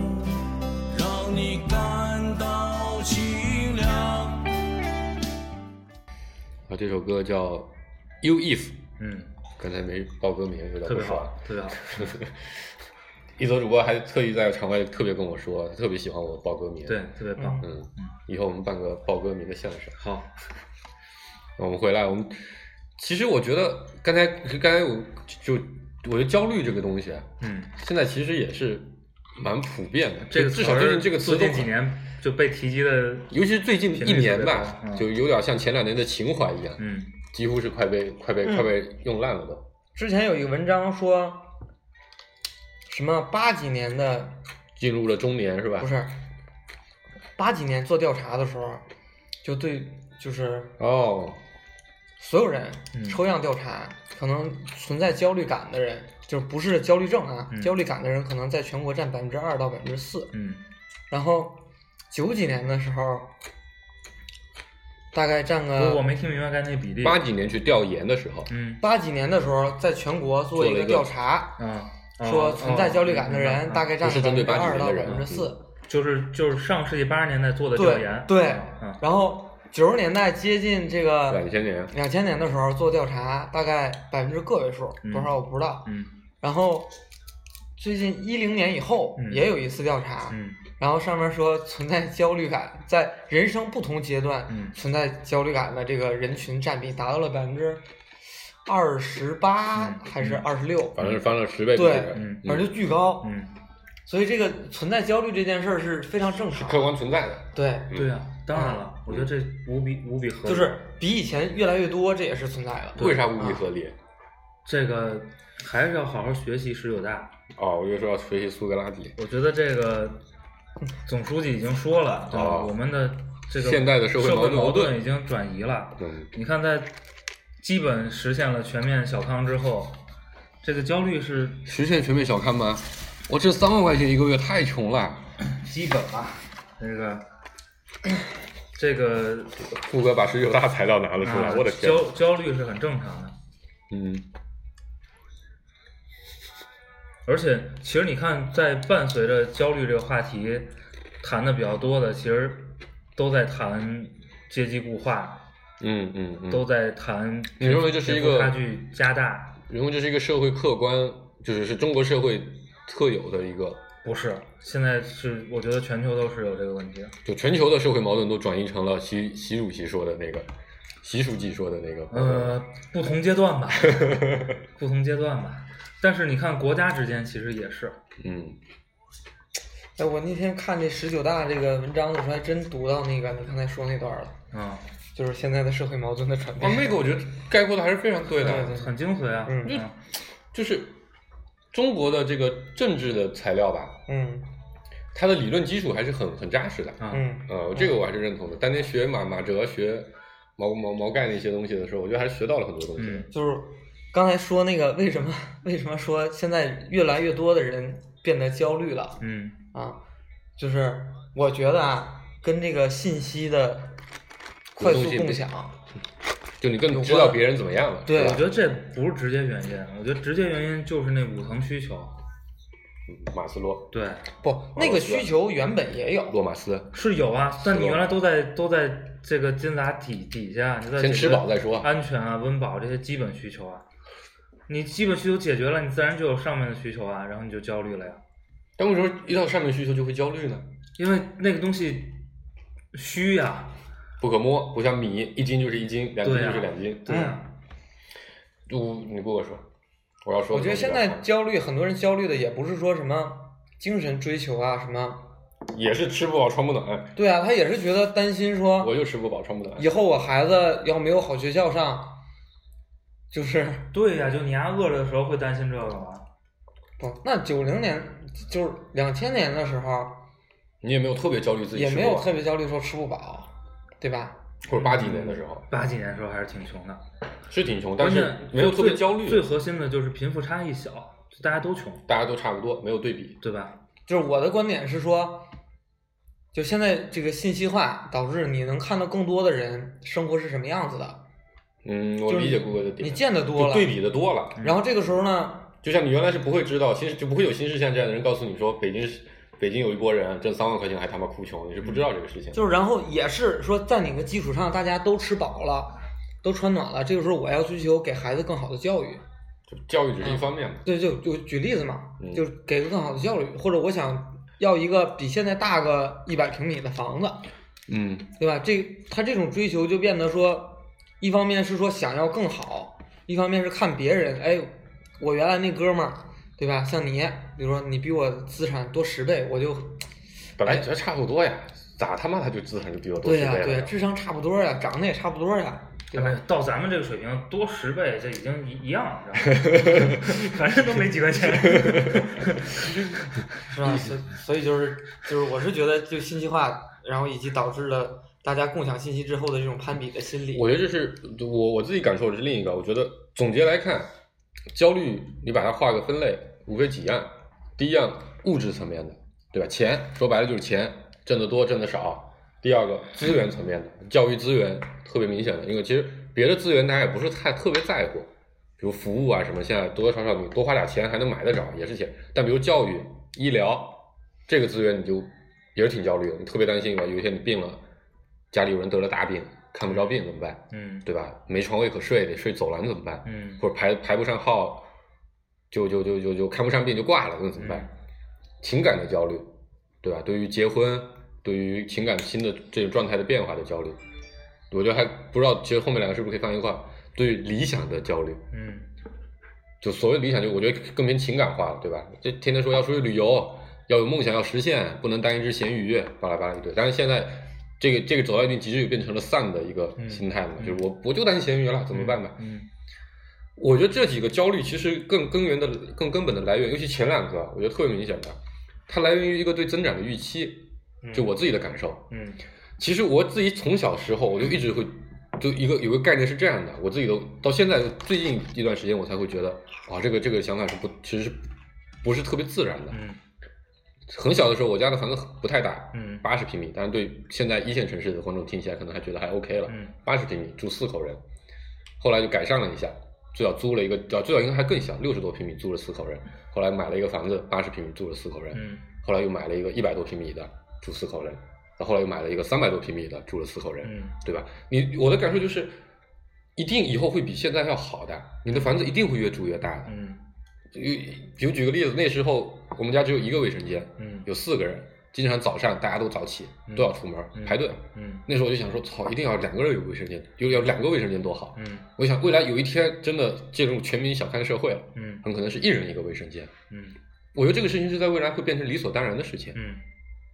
F: 让你感到清凉。
C: 啊，这首歌叫《You If》，
D: 嗯，
C: 刚才没报歌名，有点
D: 特
C: 不
D: 别
C: 爽
D: 好。，特别好。
C: 一泽主播还特意在场外特别跟我说，他特别喜欢我报歌名。
D: 对，，特别棒。
C: 嗯，以后我们办个报歌名的相声。
D: 好，
C: 我们回来，我们其实我觉得刚才刚才我就我觉得焦虑这个东西，啊，
D: 嗯，
C: 现在其实也是蛮普遍的，
D: 这个
C: 就至少最近这个词
D: 最
C: 都
D: 近几年就被提及的，
C: 尤其是最近一年吧，
D: 嗯
C: 就有点像前两年的情怀一样，
D: 嗯
C: 几乎是快被快被、
E: 嗯
C: 快被用烂了都。
E: 之前有一个文章说，什么八几年的
C: 进入了中年是吧？
E: 不是八几年做调查的时候，就对就是
C: 哦，
E: 所有人
D: 嗯
E: 抽样调查，可能存在焦虑感的人，就是不是焦虑症啊，
D: 嗯
E: 焦虑感的人可能在全国占百分之二到百分之四。
D: 嗯
E: 然后九几年的时候，大概占
D: 不，我
E: 个
D: 没听明白刚才那比例。
C: 八几年去调研的时候，
D: 嗯
E: 八几年的时候，在全国做一
C: 做了
E: 个
C: 一个
E: 调查，
D: 啊，
E: 说存在焦虑感的人大
D: 概
E: 概占
C: 不是
E: 百
C: 针
E: 分之二
C: 对80
E: 到
C: 年的
E: 百
C: 人
E: 分之四。
D: 就是就是上世纪八十年代做的调
E: 对
D: 研。
E: 对
D: 嗯，
E: 然后九十年代接近这
C: 两
E: 个
C: 千年，
E: 两千年的时候做调查，大概百分之个位数，
D: 嗯
E: 多少我不知道。
D: 嗯
E: 然后最近一零年以后
D: 嗯
E: 也有一次调查，
D: 嗯
E: 然后上面说存在焦虑感，在人生不同阶段
D: 嗯
E: 存在焦虑感的这个人群占比达到了百分之二十八
D: 嗯
E: 还是
D: 嗯
E: 二十六，
C: 反正是翻了十倍比
E: 对
C: 这个
D: 嗯
E: 反正就巨高。
D: 嗯，
E: 所以这个存在焦虑这件事儿是非常正常
C: 客
E: 的，
C: 观存在的。
E: 对，
D: 对呀，当然了，我觉得这无比无比
E: 嗯
D: 合理。
E: 就是比以前越来越多，这也是存在的。啊
C: 为啥无比合理？
D: 这个还是要好好学习十九大。
C: 哦，我就说要学习苏格拉底。
D: 我觉得这个总书记已经说了，对吧？
C: 哦
D: 我们的这个
C: 现代的社
D: 社
C: 会
D: 会
C: 矛盾
D: 盾已经转移了。
C: 嗯，
D: 你看，在基本实现了全面小康之后，这个焦虑是
C: 实现全面小康吗？我这三万块钱一个月太穷了。
D: 基本了。这个 这个
C: 顾哥把十九大材料拿了出来，
D: 啊
C: 我的天！
D: 焦焦虑是很正常的。
C: 嗯，
D: 而且，其实你看，在伴随着焦虑这个话题谈的比较多的，其实都在谈阶级固化，
C: 嗯嗯嗯，
D: 都在谈
C: 你认为这是一个
D: 贫富差距加大？
C: 因为这是一个社会客观，就是是中国社会特有的一个，
D: 不是，现在是我觉得全球都是有这个问题的。
C: 就全球的社会矛盾都转移成了习习主席说的那个，习书记说的那个。
D: 呃，不同阶 段吧，不同阶段吧。但是你看，国家之间其实也是，
C: 嗯，
E: 哎，我那天看这十九大这个文章的时候，还真读到那个你刚才说那段了，
D: 啊、
E: 就是现在的社会矛盾的传
C: 哦
E: 变。，
C: 那个我觉得概括的还是非常对的，
E: 对
D: 很精髓啊。
E: 嗯
C: 就是中国的这个政治的材料吧，
E: 嗯
C: 它的理论基础还是很很扎实的。
D: 啊，
E: 嗯
C: 呃，这个我还是认同的。当年学马马哲、学毛毛毛概那些东西的时候，我觉得还是学到了很多东西。
D: 嗯
E: 就是刚才说那个为什么为什么说现在越来越多的人变得焦虑了
D: 嗯
E: 啊？就是我觉得啊，跟这个信息的快速共享，
C: 就你更知道别人怎么样了。
E: 对
C: 是
D: 嗯我
C: 吧
D: 觉得这不是直接原因，我觉得直接原因就是那五层需求。
C: 嗯马斯洛、
D: 对，
E: 不，那个需求原本也有，
C: 洛马斯，
D: 是有啊，但你原来都在都在这个金字塔底底下，你在
C: 先
D: 解
C: 吃
D: 决
C: 饱再说
D: 安全啊、温饱这些基本需求啊，你基本需求解决了，你自然就有上面的需求啊，然后你就焦虑了呀，
C: 但为什么一到上面需求就会焦虑呢？
D: 因为那个东西虚呀、
C: 不可摸，不像米，一斤就是一斤，两斤
D: 对啊
C: 就是两斤。
D: 对呀、
C: 我、你跟我说，我要
E: 嗯
C: 说。
E: 我觉得现在焦虑，很多人焦虑的也不是说什么精神追求啊什么，
C: 也是吃不饱穿不暖，
E: 对啊，他也是觉得担心说，
C: 我就吃不饱穿不暖
E: 以。后我孩子要没有好学校上，就是
D: 对呀、就你丫饿了的时候会担心这个吗？
E: 不，那九零年就是两千年的时候，
C: 你也没有特别焦虑自己
E: 也
C: 吃不
E: 没
C: 饱，
E: 有特别焦虑说吃不饱，对吧？
C: 或者八几年的时候
D: 八几年的时候还是挺穷的，
C: 是挺穷，但
D: 关
C: 是
D: 键
C: 没有
D: 最
C: 特别焦虑，
D: 最核心的就是贫富差异小，大家都穷，
C: 大家都差不多，没有对比。
D: 对吧？
E: 就是我的观点是说，就现在这个信息化导致你能看到更多的人生活是什么样子的，
C: 嗯，我
E: 就是
C: 理解顾哥的点，
E: 你见得多
C: 就
E: 了，
C: 对比的多了。
E: 然后这个时候呢，
C: 就像你原来是不会知道，新世就不会有新世像这样的人告诉你说，北京是北京有一波人啊挣三万块钱还他妈哭穷，你是不知道这个事情。
E: 就是然后也是说在哪个基础上大家都吃饱了，都穿暖了，这个时候我要追求给孩子更好的教育，
C: 教育只是一方面嘛。
E: 对，就就举例子嘛，
C: 嗯
E: 就是给个更好的效率，或者我想要一个比现在大个一百平米的房子，
C: 嗯
E: 对吧？这他这种追求就变得说，一方面是说想要更好，一方面是看别人，哎，我原来那哥们儿，对吧？像你，比如说你比我资产多十倍，我就
C: 本来觉差不多呀，咋他妈他就资产就比我多
E: 对
C: 十倍
E: 呀、
C: 了
E: 对呀、智商差不多呀，长得也差不多呀，对
D: 没有
E: 吧？
D: 到咱们这个水平多十倍，这已经一一样了，你 知道吗反正都没几块钱。
E: 是 吧？所以所以就是就是，我是觉得就信息化，然后以及导致了大家共享信息之后的这种攀比的心理。
C: 我觉得这是我我自己感受是另一个。我觉得总结来看，焦虑你把它划个分类，无非几样。第一样物质层面的，对吧？钱说白了就是钱，挣得多挣得少。第二个资源层面的，教育资源特别明显的，因为其实别的资源大家也不是太特别在乎，比如服务啊什么，现在多多少少你多花点钱还能买得着，也是钱。但比如教育、医疗这个资源，你就也是挺焦虑的，你特别担心吧？有一天你病了，家里有人得了大病，看不着病怎么办？
D: 嗯
C: 对吧？没床位可睡，得睡走廊怎么办？
D: 嗯
C: 或者排排不上号，就就就就就看不上病就挂了，那怎么办？
D: 嗯
C: 情感的焦虑，对吧？对于结婚，对于情感新的这种状态的变化的焦虑，我觉得还不知道，其实后面两个是不是可以放一块儿？对于理想的焦虑，
D: 嗯
C: 就所谓理想，就我觉得更偏情感化了，对吧？就天天说要出去旅游，要有梦想，要实现，不能当一只咸鱼，巴拉巴拉一堆。但是现在这个这个走到一定极致，就变成了散的一个
D: 嗯
C: 心态了，
D: 嗯
C: 就是我我就当咸鱼了，怎么办吧？
D: 嗯
C: 我觉得这几个焦虑其实更根源的、更根本的来源，尤其前两个，我觉得特别明显的，它来源于一个对增长的预期。
D: 嗯
C: 就我自己的感受，
D: 嗯
C: 其实我自己从小时候我就一直会，就一个有个概念是这样的，我自己都到现在最近一段时间我才会觉得，啊，这个这个想法是不，其实是不是特别自然的。
D: 嗯
C: 很小的时候，我家的房子不太大，
D: 嗯
C: 八十平米，但是对现在一线城市的观众听起来可能还觉得还 OK 了，
D: 嗯
C: 八十平米住四口人，后来就改善了一下，最早租了一个，啊，最早应该还更小，六十多平米租了四口人，后来买了一个房子，八十平米住了四口人，
D: 嗯
C: 后来又买了一个一百多平米的住四口人，然后后来又买了一个三百多平米的住了四口人，
D: 嗯
C: 对吧？你我的感受就是，一定以后会比现在要好的，你的房子一定会越住越大的。
D: 嗯
C: 比比如举个例子，那时候我们家只有一个卫生间，
D: 嗯
C: 有四个人，经常早上大家都早起，
D: 嗯
C: 都要出门、
D: 嗯
C: 排队。
D: 嗯
C: 那时候我就想说，操，一定要两个人有卫生间，有有两个卫生间多好。
D: 嗯
C: 我想未来有一天真的进入全民小康社会了，
D: 嗯
C: 很可能是一人一个卫生间。
D: 嗯
C: 我觉得这个事情是在未来会变成理所当然的事情。
D: 嗯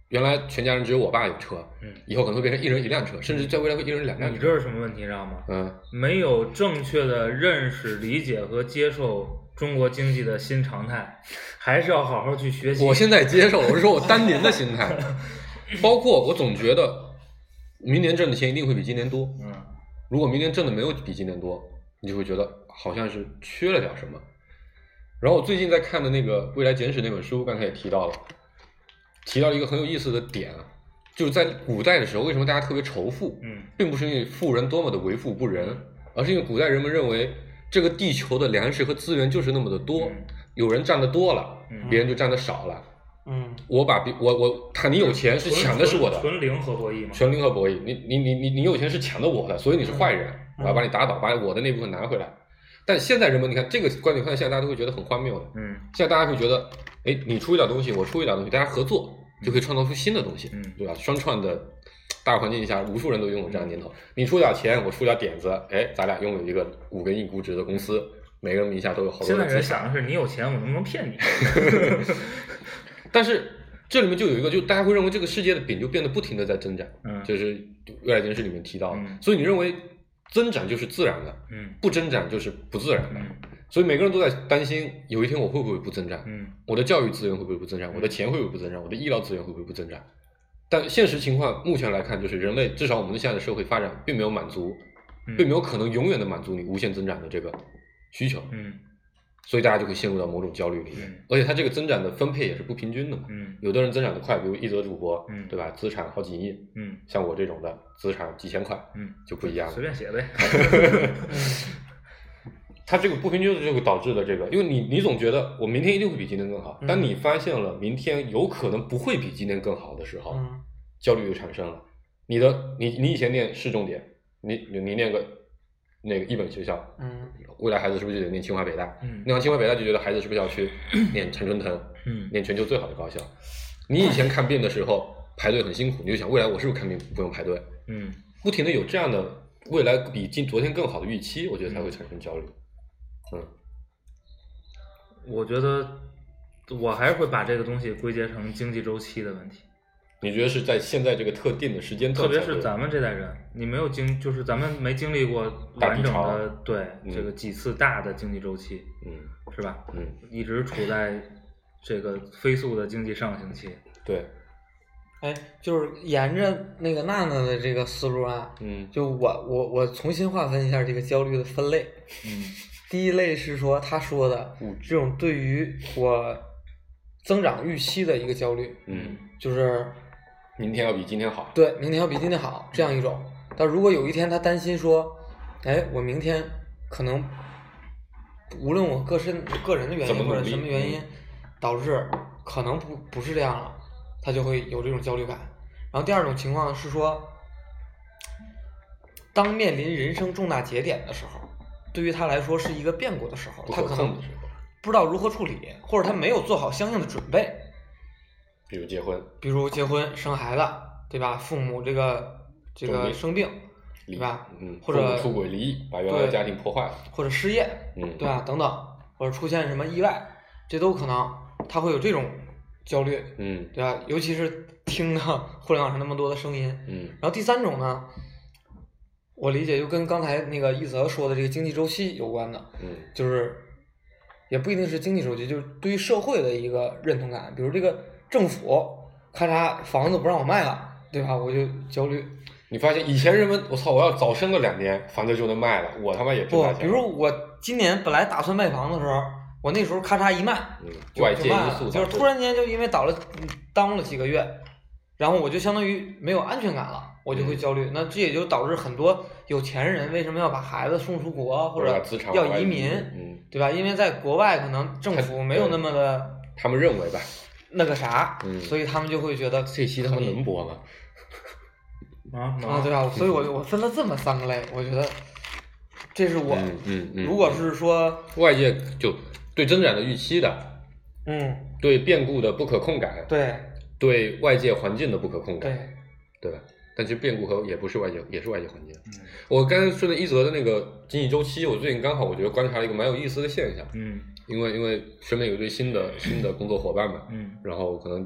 C: 原来全家人只有我爸有车，
D: 嗯，
C: 以后可能会变成一人一辆车，甚至在未来会一人两辆
D: 你
C: 车。
D: 这是什么问题，知道吗？
C: 嗯，
D: 没有正确的认识、理解和接受中国经济的新常态，还是要好好去学习。
C: 我现在接受，我是说我当年的心 态，包括我总觉得明年挣的钱一定会比今年多。
D: 嗯
C: 如果明年挣的没有比今年多，你就会觉得好像是缺了点什么。然后我最近在看的那个《未来简史》那本书，刚才也提到了，提到一个很有意思的点啊，就是在古代的时候，为什么大家特别仇富？
D: 嗯
C: 并不是因为富人多么的为富不仁，而是因为古代人们认为这个地球的粮食和资源就是那么的多
D: 嗯，
C: 有人占的多了
D: 嗯，
C: 别人就占的少了。
E: 嗯，
C: 我把别我我看你有钱是抢的是我的，
D: 纯纯零和博弈嘛。
C: 全零和博弈，你你你你你有钱是抢的我的，所以你是坏人，
D: 嗯
C: 我要把你打倒，把我的那部分拿回来。但现在人们，你看这个观点放在现在，大家都会觉得很荒谬的。
D: 嗯
C: 现在大家会觉得，哎，你出一点东西，我出一点东西，大家合作就可以创造出新的东西，
D: 嗯
C: 对吧？双创的大环境下，无数人都拥有这样的念头。你出点钱，我出点点子，哎，咱俩拥有一个五个亿估值的公司，每个人名下都有好多
D: 现在
C: 的资
D: 人
C: 产。
D: 想的是你有钱，我能不 能骗你？
C: 但是这里面就有一个，就大家会认为这个世界的饼就变得不停的在增长，
D: 嗯
C: 这是《未来简史》里面提到的。
D: 嗯
C: 所以你认为增长就是自然的，
D: 嗯
C: 不增长就是不自然的。
D: 嗯
C: 所以每个人都在担心，有一天我会不会不增长？
D: 嗯
C: 我的教育资源会不会不增长？我的钱会不会不增长？我的医疗资源会不会不增长？但现实情况目前来看，就是人类至少我们现在的社会发展并没有满足，
D: 嗯
C: 并没有可能永远的满足你无限增长的这个需求，
D: 嗯
C: 所以大家就会陷入到某种焦虑里面
D: 嗯。
C: 而且它这个增长的分配也是不平均的嘛，
D: 嗯
C: 有的人增长的快，比如一则主播
D: 嗯，
C: 对吧？资产好几亿，
D: 嗯
C: 像我这种的资产几千块
D: 嗯，
C: 就不一样了
D: 随。便写呗。
C: 它这个不平均就会导致的这个，因为你你总觉得我明天一定会比今天更好，
E: 嗯
C: 当你发现了明天有可能不会比今天更好的时候，
E: 嗯
C: 焦虑就产生了。你的你你以前念市重点，你你你念个那个一本学校，
E: 嗯
C: 未来孩子是不是就得念清华北大？
D: 嗯
C: 念完清华北大就觉得孩子是不是要去念常春藤，
D: 嗯
C: 念全球最好的高校？你以前看病的时候排队很辛苦，你就想未来我是不是看病不用排队？
D: 嗯
C: 不停的有这样的未来比今昨天更好的预期，我觉得才会产生焦虑。
D: 我觉得我还是会把这个东西归结成经济周期的问题，
C: 你觉得是在现在这个特定的时间
D: 特
C: 段才会，
D: 别是咱们这代人，你没有经，就是咱们没经历过
C: 大
D: 完
C: 低
D: 整
C: 潮
D: 的对、
C: 嗯
D: 这个几次大的经济周期，
C: 嗯
D: 是吧？
C: 嗯，
D: 一直处在这个飞速的经济上行期，
C: 对，
E: 哎，就是沿着那个娜娜的这个思路啊，
C: 嗯
E: 就我我我重新划分一下这个焦虑的分类。
D: 嗯
E: 第一类是说他说的
C: 物
E: 这种对于我增长预期的一个焦虑，
C: 嗯，
E: 就是
C: 明天要比今天好，
E: 对明天要比今天好这样一种。但如果有一天他担心说，哎，我明天可能无论我个身个人的原
C: 怎么
E: 因
C: 努
E: 或
C: 力
E: 者什么原因
C: 嗯，
E: 导致可能不不是这样了，他就会有这种焦虑感。然后第二种情况是说，当面临人生重大节点的时候，对于他来说是一个变故的时候，
C: 不
E: 他
C: 可
E: 可
C: 控
E: 能
C: 的时候，
E: 不知道如何处理，或者他没有做好相应的准备，
C: 比如结婚，
E: 比如结婚、生孩子，对吧？父母这个这个生病，
C: 离
E: 对吧
C: 嗯，
E: 或者
C: 父母出轨离异，把原来的
E: 对
C: 家庭破坏了，
E: 或者失业，
C: 嗯，
E: 对吧？等等，或者出现什么意外，这都可能他会有这种焦虑，
C: 嗯
E: 对吧？尤其是听到互联网上那么多的声音，
C: 嗯
E: 然后第三种呢，我理解就跟刚才那个一泽说的这个经济周期有关的，
C: 嗯
E: 就是也不一定是经济周期，就是对于社会的一个认同感，比如这个政府咔嚓房子不让我卖了，对吧？我就焦虑。
C: 你发现以前人们，我操，我要早生个两年，房子就能卖了，我他妈也挣
E: 不
C: 大，钱了。
E: 比如我今年本来打算卖房的时候，我那时候咔嚓一卖，
C: 嗯，
E: 就
C: 外
E: 就
C: 界
E: 卖
C: 因
E: 了
C: 素
E: 就
C: 导
E: 是
C: 致
E: 突然间就因为倒了嗯耽误了几个月，然后我就相当于没有安全感了，我就会
C: 嗯
E: 焦虑。那这也就导致很多有钱人为什么要把孩子送出国啊或
C: 或者把
E: 者
C: 资产往
E: 要
C: 外
E: 移民，
C: 嗯，
E: 对吧？因为在国外可能政
C: 他
E: 府没有
C: 对
E: 那么的
C: 他们认为吧，
E: 那个啥，
C: 嗯
E: 所以他们就会觉得
C: 这期他
E: 可
C: 们
E: 以
C: 能播吗？
D: 啊
E: 啊，对吧？所以我就我分了这么三个类，我觉得这是我、
C: 嗯嗯嗯，
E: 如果是说
C: 外界就对增长的预期的，
E: 嗯
C: 对变故的不可控感，
E: 对
C: 对外界环境的不可控
E: 对
C: 感，对吧？但其实变故和也不是外界，也是外界环境。
D: 嗯
C: 我刚才说的一泽的那个经济周期，我最近刚好我觉得观察了一个蛮有意思的现象，
D: 嗯
C: 因为因为身边有一堆新的新的工作伙伴嘛，
D: 嗯
C: 然后可能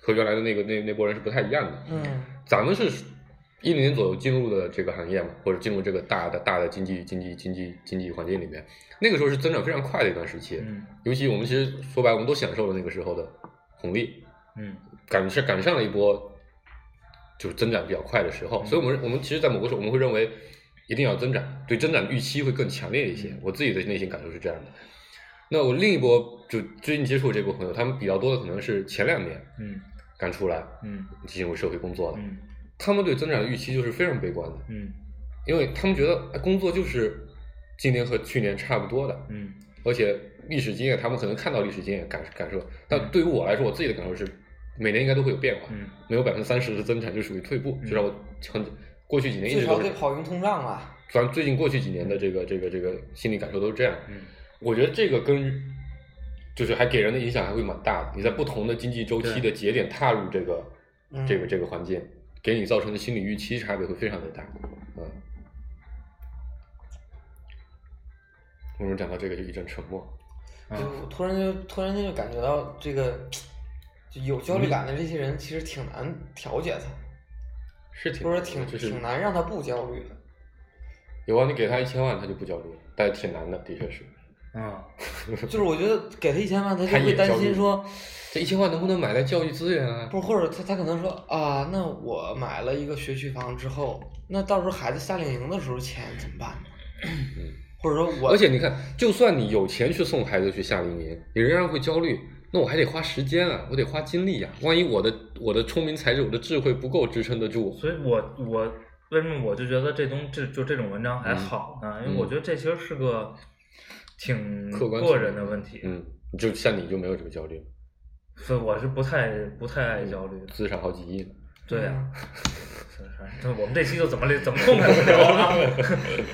C: 和原来的那个那那波人是不太一样的。
E: 嗯
C: 咱们是一零年左右进入的这个行业嘛，或者进入这个大的大的经济经济经济经济环境里面，那个时候是增长非常快的一段时期。
D: 嗯
C: 尤其我们其实说白，我们都享受了那个时候的红利，
D: 嗯
C: 赶是赶上了一波就是增长比较快的时候。
D: 嗯
C: 所以，我们我们其实，在某个时候，我们会认为一定要增长，对增长的预期会更强烈一些。
D: 嗯
C: 我自己的内心感受是这样的。那我另一波就最近接触这波朋友，他们比较多的可能是前两年
D: 嗯
C: 刚出来
D: 嗯
C: 进入社会工作的，
D: 嗯
C: 他们对增长的预期就是非常悲观的，
D: 嗯
C: 因为他们觉得哎工作就是今年和去年差不多的，
D: 嗯
C: 而且历史经验他们可能看到历史经验感感受，但对于我来说，我自己的感受是每年应该都会有变化，
D: 嗯
C: 没有百分之三十的增长就属于退步，
D: 嗯
C: 就让我很过去几年一
E: 最
C: 直
E: 少
C: 都是
E: 得，跑赢通胀吧。
C: 反正最近过去几年的这个这个这个心理感受都是这样，
D: 嗯，
C: 我觉得这个跟就是还给人的影响还会蛮大的。你在不同的经济周期的
D: 对
C: 节点踏入这个
E: 嗯
C: 这个这个环境，给你造成的心理预期差别会非常的大。嗯，我们讲到这个就一阵沉默。
D: 嗯
E: 就我突然就突然间就感觉到这个就有焦虑感的这些人，其实挺难调节他，
C: 是挺
E: 或者
C: 难的
E: 挺
C: 就是
E: 挺难让他不焦虑 的。
C: 有啊，你给他一千万，他就不焦虑了，但挺难的，的确是。
D: 啊，
E: 就是我觉得给他一千万，他就
C: 他也
E: 会担
C: 焦虑
E: 心说，
C: 这一千万能不能买来教育资源啊？
E: 不是，或者他他可能说啊，那我买了一个学区房之后，那到时候孩子夏令营的时候钱怎么办呢？
C: 嗯
E: 或者说我，
C: 而且你看，就算你有钱去送孩子去夏令营，你仍然会焦虑。那我还得花时间啊，我得花精力呀、万一我的我的聪明才智、我的智慧不够支撑得住，
D: 所以我我为什么我就觉得这东这就这种文章还好呢？因为我觉得这其实是个挺
C: 客观
D: 个人的问题，
C: 嗯，就像你就没有这个焦虑，
D: 所以我是不太不太爱焦虑的。
C: 资产好几亿呢。
D: 对呀、那我们这期就怎么怎么痛快怎么聊啊，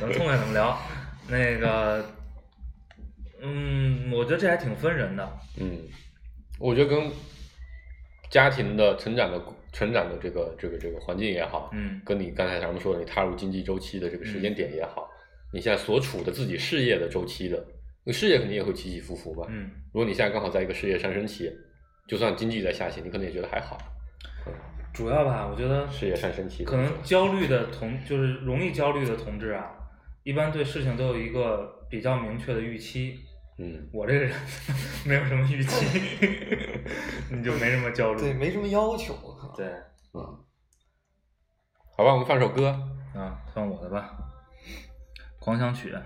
D: 怎么痛快怎么聊。那个，嗯，我觉得这还挺分人的。
C: 嗯，我觉得跟家庭的成长的成长的这个这个这个环境也好，
D: 嗯
C: 跟你刚才咱们说的你踏入经济周期的这个时间点也好，你现在所处的自己事业的周期的，那事业肯定也会起起伏伏嘛。
D: 嗯，
C: 如果你现在刚好在一个事业上升期，就算经济在下行，你可能也觉得还好，
D: 主要吧，我觉得
C: 事业上升期
D: 可能焦虑的同就是容易焦虑的同志啊，一般对事情都有一个比较明确的预期。
C: 嗯，
D: 我这个人 没有什么预期， 你就没什么焦虑。
E: 嗯对，没什么要求，啊我靠。
D: 对，
C: 嗯，好吧，我们放首歌，
D: 啊，算我的吧，《狂想曲》。啊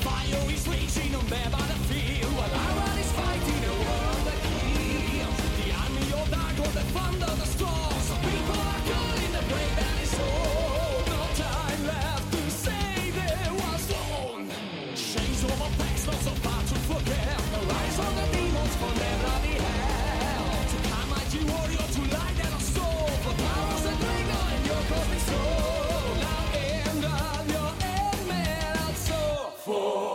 F: Fire is raging on bare by the field While Iron is fighting a world that kills The army of dark or the thunder, the storm Some people are calling the brave and it's all No time left to say there was one Chains of a past, not so far to forget The rise of the demons for never be held To come mighty warrior to light and a soul For powers that linger in your cosmic soul Now end up your end man out soul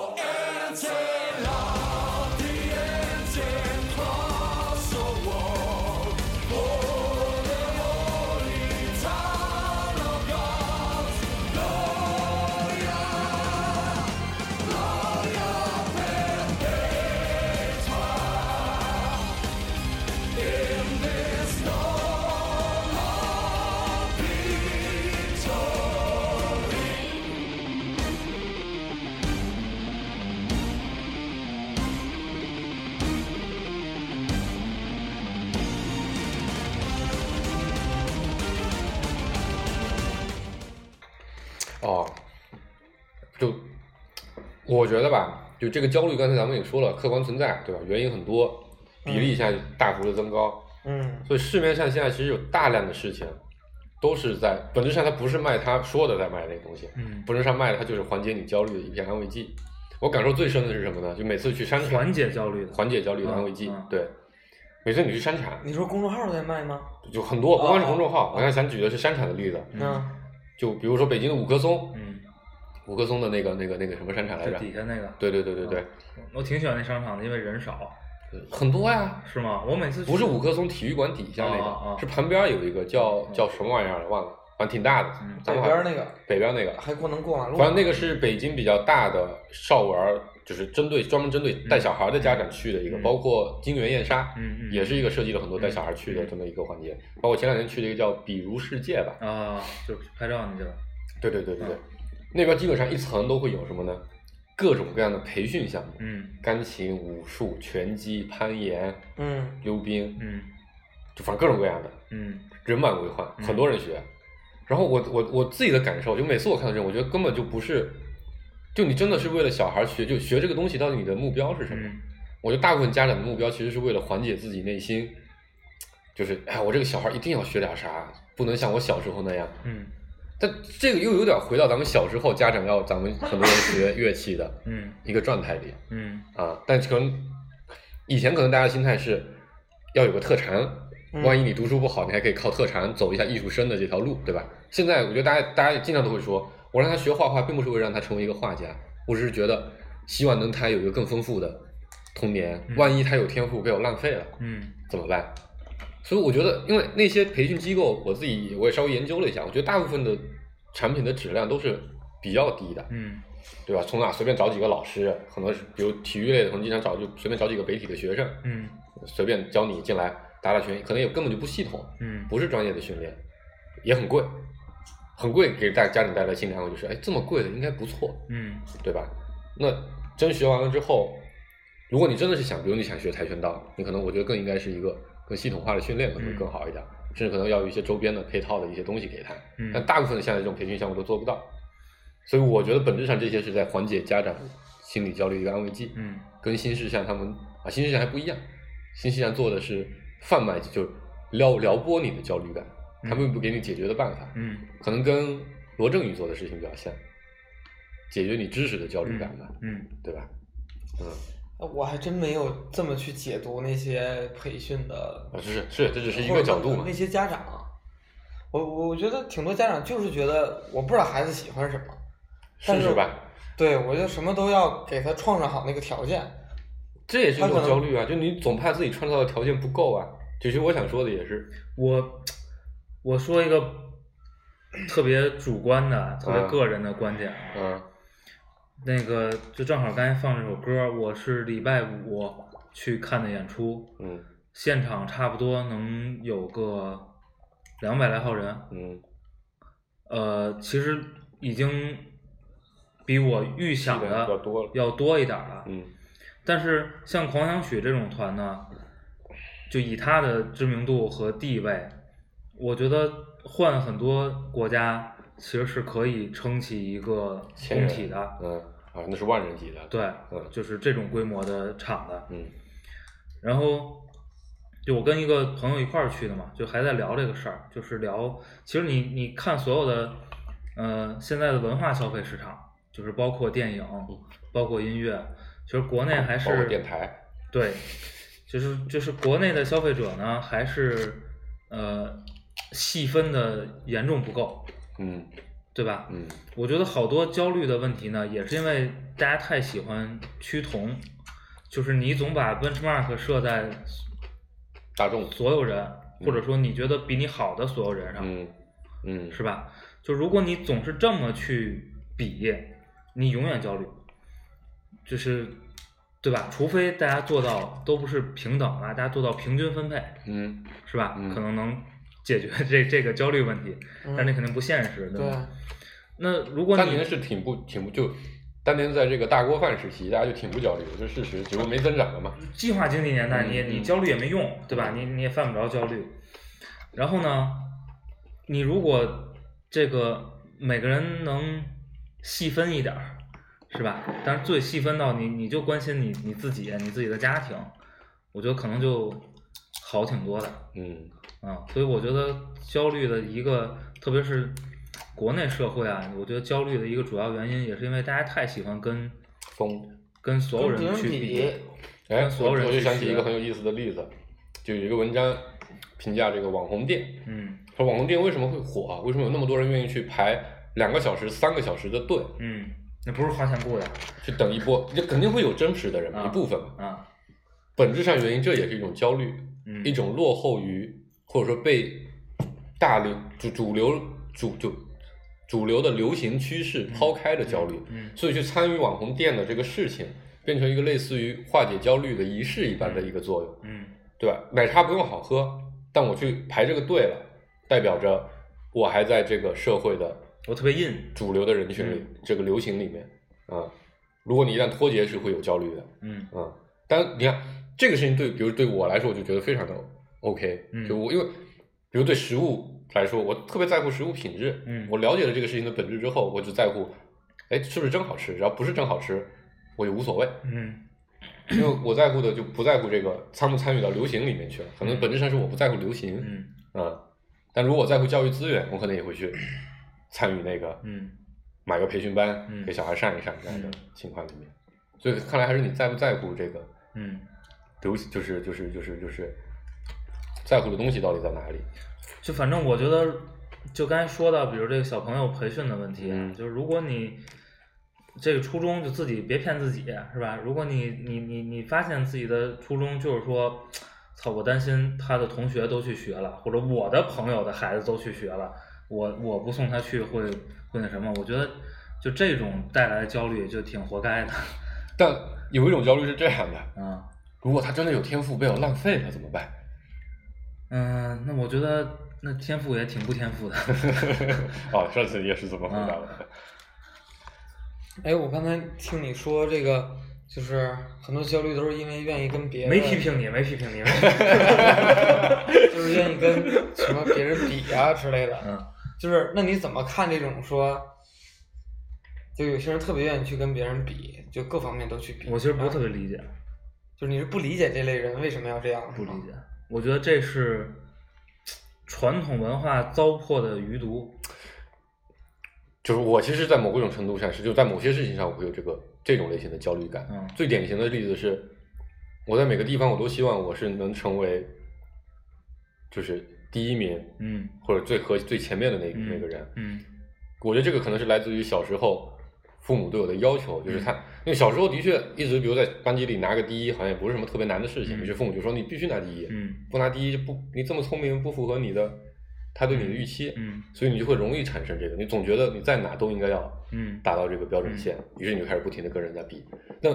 C: 哦，就我觉得吧，就这个焦虑，刚才咱们也说了，客观存在，对吧？原因很多，比
D: 嗯
C: 例一下大幅的增高，
E: 嗯
C: 所以市面上现在其实有大量的事情，都是在本质上它不是卖他说的在卖那个东西，
D: 嗯，
C: 本质上卖的它就是缓解你焦虑的一片安慰剂。我感受最深的是什么呢？就每次去商场
D: 缓解焦虑的。
C: 缓解焦虑的安慰剂，
D: 嗯嗯
C: 对，每次你去商场
E: 你说公众号在卖吗？
C: 就很多，不光是
D: 嗯
E: 哦
C: 公众
E: 哦
C: 号，我刚才想举的是商场的例子，
E: 那
C: 就比如说北京的五棵松，
D: 嗯，
C: 五棵松的那个那个那个什么商场来
D: 就
C: 着？
D: 底下那个，
C: 对对对对对，
D: 我挺喜欢那商场的，因为人少，
C: 很多呀，
D: 是吗？我每次去
C: 不是五棵松体育馆底下那
D: 哦哦
C: 个
D: 哦，
C: 是旁边有一个叫
D: 嗯
C: 叫什么玩意儿来忘了，反正挺大的
D: 嗯，
C: 咱
E: 北
C: 们
E: 边
C: 好
E: 那个
C: 北边那个，
E: 还过能过马路？
C: 反正那个是北京比较大的少儿，就是针对专门针对带小孩的家长去的一个，
D: 嗯
C: 包括金源燕莎，
D: 嗯嗯
C: 也是一个设计了很多带小孩去的
D: 嗯
C: 这么一个环节。包括前两天去了一个叫比如世界吧，
D: 啊，就是拍照那地儿。
C: 对对对对对，那边基本上一层都会有什么呢？各种各样的培训项目，
D: 嗯
C: 钢琴、武术、拳击、攀岩、
E: 嗯
C: 溜冰，
D: 嗯
C: 就反正各种各样的，
D: 嗯
C: 人满为患，
D: 嗯
C: 很多人学。然后我我我自己的感受，就每次我看到这种，我觉得根本就不是，就你真的是为了小孩学，就学这个东西，到底你的目标是什么？
D: 嗯
C: 我觉得大部分家长的目标其实是为了缓解自己内心，就是哎，我这个小孩一定要学点啥，不能像我小时候那样。
D: 嗯
C: 但这个又有点回到咱们小时候家长要咱们很多人学乐器的
D: 嗯
C: 一个状态里
D: 嗯
C: 啊。但可能以前可能大家心态是要有个特长，
E: 嗯
C: 万一你读书不好，你还可以靠特长走一下艺术生的这条路，对吧？现在我觉得大家大家也经常都会说，我让他学画画，并不是为了让他成为一个画家，我只是觉得希望能他有一个更丰富的童年。
D: 嗯
C: 万一他有天赋被我浪费了，
D: 嗯
C: 怎么办？所以我觉得，因为那些培训机构，我自己我也稍微研究了一下，我觉得大部分的产品的质量都是比较低的，
D: 嗯
C: 对吧？从哪随便找几个老师，可能是比如体育类的，可能经常找就随便找几个北体的学生，
D: 嗯
C: 随便教你进来打打拳，可能也根本就不系统，
D: 嗯
C: 不是专业的训练，也很贵，很贵，给大家长带来新感，我就是哎这么贵的应该不错，
D: 嗯
C: 对吧？那真学完了之后，如果你真的是想，比如你想学跆拳道，你可能我觉得更应该是一个更系统化的训练，可能会更好一点，甚至可能要有一些周边的配套的一些东西给他。
D: 嗯
C: 但大部分的现在这种培训项目都做不到，所以我觉得本质上这些是在缓解家长心理焦虑的一个安慰剂，
D: 嗯
C: 跟新世相他们啊新世相还不一样，新世相做的是贩卖，就是撩撩拨你的焦虑感，他们不给你解决的办法。
D: 嗯
C: 可能跟罗振宇做的事情比较像，解决你知识的焦虑感吧，
D: 嗯
C: 对吧？嗯，
E: 我还真没有这么去解读那些培训的
C: 啊，是是，这只是一个角度嘛
E: 那。些家长，啊我我觉得挺多家长就是觉得我不知道孩子喜欢什么，但
C: 是吧？
E: 对我觉得什么都要给他创造好那个条件。
C: 这也是一
E: 他可
C: 种
E: 能
C: 焦虑啊，就你总怕自己创造的条件不够啊。其实我想说的也是，
D: 我我说一个特别主观的、特别个人的观点啊，
C: 嗯
D: 那个就正好刚才放这首歌，我是礼拜五去看的演出，
C: 嗯
D: 现场差不多能有个两百来号人，
C: 嗯
D: 呃，其实已经比我预想
C: 是的
D: 的
C: 要多了
D: 要多一点儿了。
C: 嗯
D: 但是像狂想曲这种团呢，就以他的知名度和地位，我觉得换很多国家其实是可以撑起一个
C: 千
D: 工
C: 人
D: 体的，
C: 嗯啊，那是万人级的。，
D: 对，
C: 嗯
D: 就是这种规模的场的。
C: 嗯
D: 然后就我跟一个朋友一块儿去的嘛，就还在聊这个事儿，就是聊，其实你你看所有的，呃，现在的文化消费市场，就是包括电影，包括音乐，其实国内还
C: 嗯包括
D: 是
C: 电台，
D: 对，就是就是国内的消费者呢，还是呃细分的严重不够，
C: 嗯
D: 对吧？
C: 嗯
D: 我觉得好多焦虑的问题呢，也是因为大家太喜欢趋同，就是你总把 benchmark 设在
C: 大众，
D: 所有人，
C: 嗯
D: 或者说你觉得比你好的所有人上，
C: 嗯嗯
D: 是吧？就如果你总是这么去比，你永远焦虑，就是对吧？除非大家做到都不是平等啊，大家做到平均分配，
C: 嗯
D: 是吧？
C: 嗯
D: 可能能解决 这这个焦虑问题，
E: 嗯
D: 但这肯定不现实，
E: 对
C: 啊
D: 吧？那如果
C: 当
D: 你
C: 年是挺不挺不就，当年在这个大锅饭时期，大家就挺不焦虑的，这是事实，只不过没增长了嘛。
D: 计划经济年代，
C: 嗯
D: 你也你
C: 嗯
D: 焦虑也没用，对吧？你你也犯不着焦虑。然后呢，你如果这个每个人能细分一点儿，是吧？但是最细分到你，你就关心你你自己，你自己的家庭，我觉得可能就好挺多的
C: 嗯。
D: 啊。所以我觉得焦虑的一个，特别是国内社会啊，我觉得焦虑的一个主要原因，也是因为大家太喜欢跟
C: 风。
D: 跟所有
E: 跟别
D: 人
E: 人
D: 去
E: 比
C: 哎，
D: 所有人
C: 我我就
D: 去
C: 想起
D: 学
C: 一个很有意思的例子，就有一个文章评价这个网红店，
D: 嗯
C: 说网红店为什么会火啊？为什么有那么多人愿意去排两个小时、三个小时的队
D: 嗯，那不是花钱雇的。
C: 去等一波？这肯定会有真实的人嘛，
D: 啊
C: 一部分嘛。
D: 啊，
C: 本质上原因，这也是一种焦虑，
D: 嗯，
C: 一种落后于或者说被大流主主流主主主流的流行趋势抛开的焦虑。
D: 嗯
C: 所以去参与网红店的这个事情，变成一个类似于化解焦虑的仪式一般的一个作用。
D: 嗯
C: 对吧？奶茶不用好喝，但我去排这个队了，代表着我还在这个社会的
D: 我特别 in，
C: 主流的人群里，
D: 嗯
C: 这个流行里面啊、如果你一旦脱节，是会有焦虑的
D: 嗯
C: 啊、但你看这个事情对，比如对我来说，我就觉得非常的 OK，、
D: 嗯
C: 就我因为比如对食物来说，我特别在乎食物品质，
D: 嗯
C: 我了解了这个事情的本质之后，我只在乎，哎，是不是真好吃？只要不是真好吃，我就无所谓。
D: 嗯
C: 因为我在乎的就不在乎这个参不参与到流行里面去了，可能本质上是我不在乎流行，
D: 嗯
C: 啊但如果我在乎教育资源，我可能也会去参与那个
D: 嗯
C: 买个培训班、
D: 嗯
C: 给小孩上一上这样的情况里面，所以看来还是你在不在乎这个
D: 嗯，
C: 流，就是就是就是就是在乎的东西到底在哪里？
D: 就反正我觉得，就刚才说到，比如这个小朋友培训的问题啊，
C: 嗯
D: 就是如果你这个初衷就自己别骗自己，是吧？如果你你你你发现自己的初衷就是说，操，我担心他的同学都去学了，或者我的朋友的孩子都去学了，我我不送他去会会那什么？我觉得就这种带来的焦虑就挺活该的，
C: 但有一种焦虑是这样的：
D: 啊。
C: 如果他真的有天赋被我浪费了怎么办？
D: 嗯，那我觉得那天赋也挺不天赋的。
C: 哦，上次也是这么回答的。
E: 哎，我刚才听你说这个，就是很多焦虑都是因为愿意跟别人
D: 没批，评你，没批评你。没 批评
E: 就是愿意跟什么别人比啊之类的。
D: 嗯，
E: 就是那你怎么看这种说，就有些人特别愿意去跟别人比，就各方面都去比。
D: 你我其实不是特别理解，
E: 就是你是不理解这类人为什么要这样，
D: 不理
E: 是吗。
D: 解。啊我觉得这是传统文化糟粕的余毒。
C: 就是我其实，在某种程度上是，就在某些事情上，我会有这个这种类型的焦虑感。
D: 嗯
C: 最典型的例子是，我在每个地方，我都希望我是能成为，就是第一名，
D: 嗯
C: 或者最核最前面的那个、
D: 嗯
C: 那个人。
D: 嗯
C: 我觉得这个可能是来自于小时候父母对我的要求，就是
D: 嗯
C: 看，因为小时候的确一直，比如在班级里拿个第一，好像也不是什么特别难的事情，
D: 嗯
C: 于是父母就说你必须拿第一，
D: 嗯
C: 不拿第一就不，你这么聪明不符合你的他对你的预期，
D: 嗯
C: 所以你就会容易产生这个，你总觉得你在哪都应该要
D: 嗯，
C: 达到这个标准线，于是你就开始不停的跟人家比。那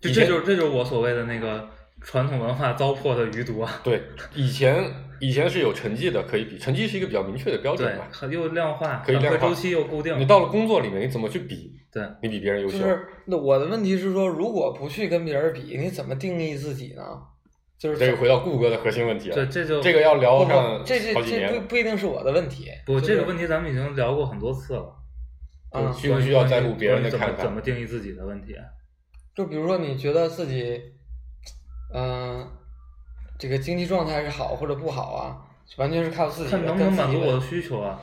D: 就这就是这就是我所谓的那个传统文化糟粕的余毒啊。
C: 对以前以前是有成绩的可以比，成绩是一个比较明确的标准
D: 对
C: 嘛，，
D: 很又量化，
C: 可以量
D: 反馈
C: 化
D: 周期又固定。
C: 你到了工作里面，你怎么去比？
D: 对，
C: 你比别人优
E: 就
C: 秀，
E: 是那我的问题是说，如果不去跟别人比，你怎么定义自己呢？就是
C: 这个回到顾哥的核心问题了。
D: 对，这就
C: 这个要
E: 不
C: 聊
E: 不
C: 上
E: 这这
C: 好几
E: 这
C: 年
E: 不，不一定是我的问题。
D: 不，
E: 就
D: 这个
E: 是
D: 问题咱们已经聊过很多次了。
E: 啊，
C: 需不需要在乎别人的
D: 关于
C: 看
D: 怎么怎
C: 法
D: 么？定义自己的问题？
E: 就比如说你觉得自己，嗯、这个经济状态是好或者不好啊，完全是靠自己的，
D: 看能不能
E: 跟自己
D: 满足
E: 的
D: 我的需求啊？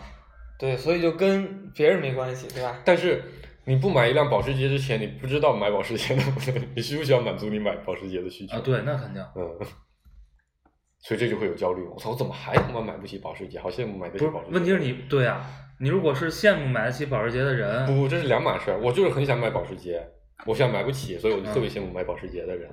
E: 对，所以就跟别人没关系，对吧？
C: 但是你不买一辆保时捷之前，你不知道买保时捷能不 能，你需不需要满足你买保时捷的需求？
D: 啊，对，那肯定。
C: 嗯，所以这就会有焦虑。我操，我怎么还他妈买不起保时捷？好羡慕买得起
D: 不是
C: 保时，捷。
D: 问题是你对啊，你如果是羡慕买得起保时捷的人，
C: 不，这是两码事儿。我就是很想买保时捷，我现在买不起，所以我就特别羡慕买保时捷的人。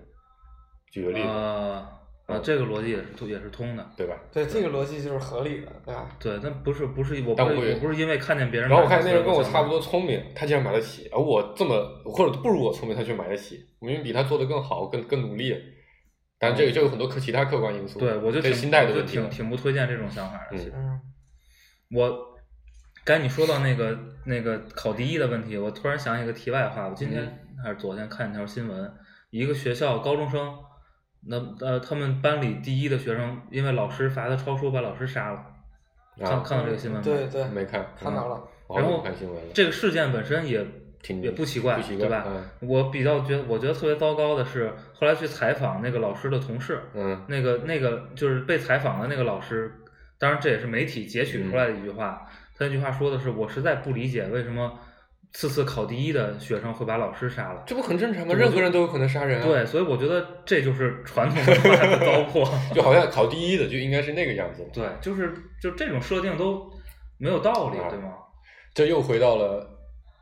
C: 举个例子，嗯
D: 呃呃，这个逻辑也是通也是通的。
C: 对吧？
E: 对，这个逻辑就是合理的，对吧？
D: 对，那不是不是我
C: 但
D: 不是
C: 我也
D: 我不是因为看见别人买
C: 然后
D: 了
C: 我
D: 所
C: 看
D: 以就想买，
C: 那人跟我差不多聪明，他竟然买得起，而我这么或者不如我聪明，他却买得起，我明明比他做的更好，更更努力。但这个就有很多客其他客观因素，
D: 嗯对，我就
C: 这
D: 挺
C: 心态的
D: 我就
C: 问题了
D: 挺。挺不推荐这种想法的。
C: 嗯
D: 其实
E: 嗯，
D: 我该你说到那个那个考第一的问题，我突然想起一个题外话，我今天
C: 嗯
D: 还是昨天看一条新闻，一个学校高中生，那呃他们班里第一的学生，因为老师罚他抄书，把老师杀了。看
C: 啊
D: 看到这个新闻没？
E: 对对，
C: 没看，
E: 看到了。
C: 我好
D: 然
C: 久
D: 后
C: 不看新闻了。
D: 这个事件本身也
C: 挺
D: 也不奇怪，
C: 不奇
D: 对
C: 怪嗯
D: 吧？我比较觉我觉得特别糟糕的是，后来去采访那个老师的同事，
C: 嗯
D: 那个那个就是被采访的那个老师，当然这也是媒体截取出来的一句话，
C: 嗯
D: 他那句话说的是我实在不理解为什么次次考第一的学生会把老师杀了。
C: 这不很正常吗？任何人都有可能杀人啊。
D: 对，，所以我觉得这就是传统文化的糟粕。
C: 就好像考第一的就应该是那个样子。
D: 对，就是就这种设定都没有道理，
C: 啊
D: 对吗？
C: 这又回到了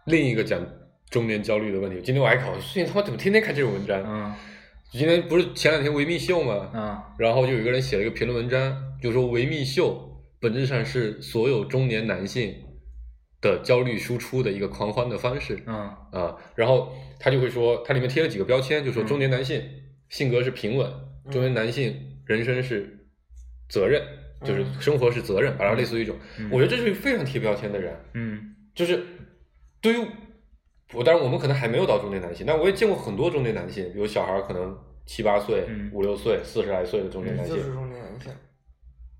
C: 另一个讲中年焦虑的问题。今天我还考，最近他妈怎么天天看这种文章？
D: 嗯
C: 今天不是前两天维密秀吗？
D: 啊
C: 然后就有一个人写了一个评论文章，就说维密秀本质上是所有中年男性的焦虑输出的一个狂欢的方式
D: 嗯
C: 啊。然后他就会说，它里面贴了几个标签，就说
D: 嗯
C: 中年男性性格是平稳，中年男性人生是责任，就是
E: 嗯
C: 生活是责任，把它类似于一种，
D: 嗯
C: 我觉得这是一个非常贴标签的人，
D: 嗯
C: 就是对于我，当然我们可能还没有到中年男性，但我也见过很多中年男性，比如小孩儿可能七八岁、
D: 嗯
C: 五六岁、四十来岁的中年男性，
E: 就是中年男性，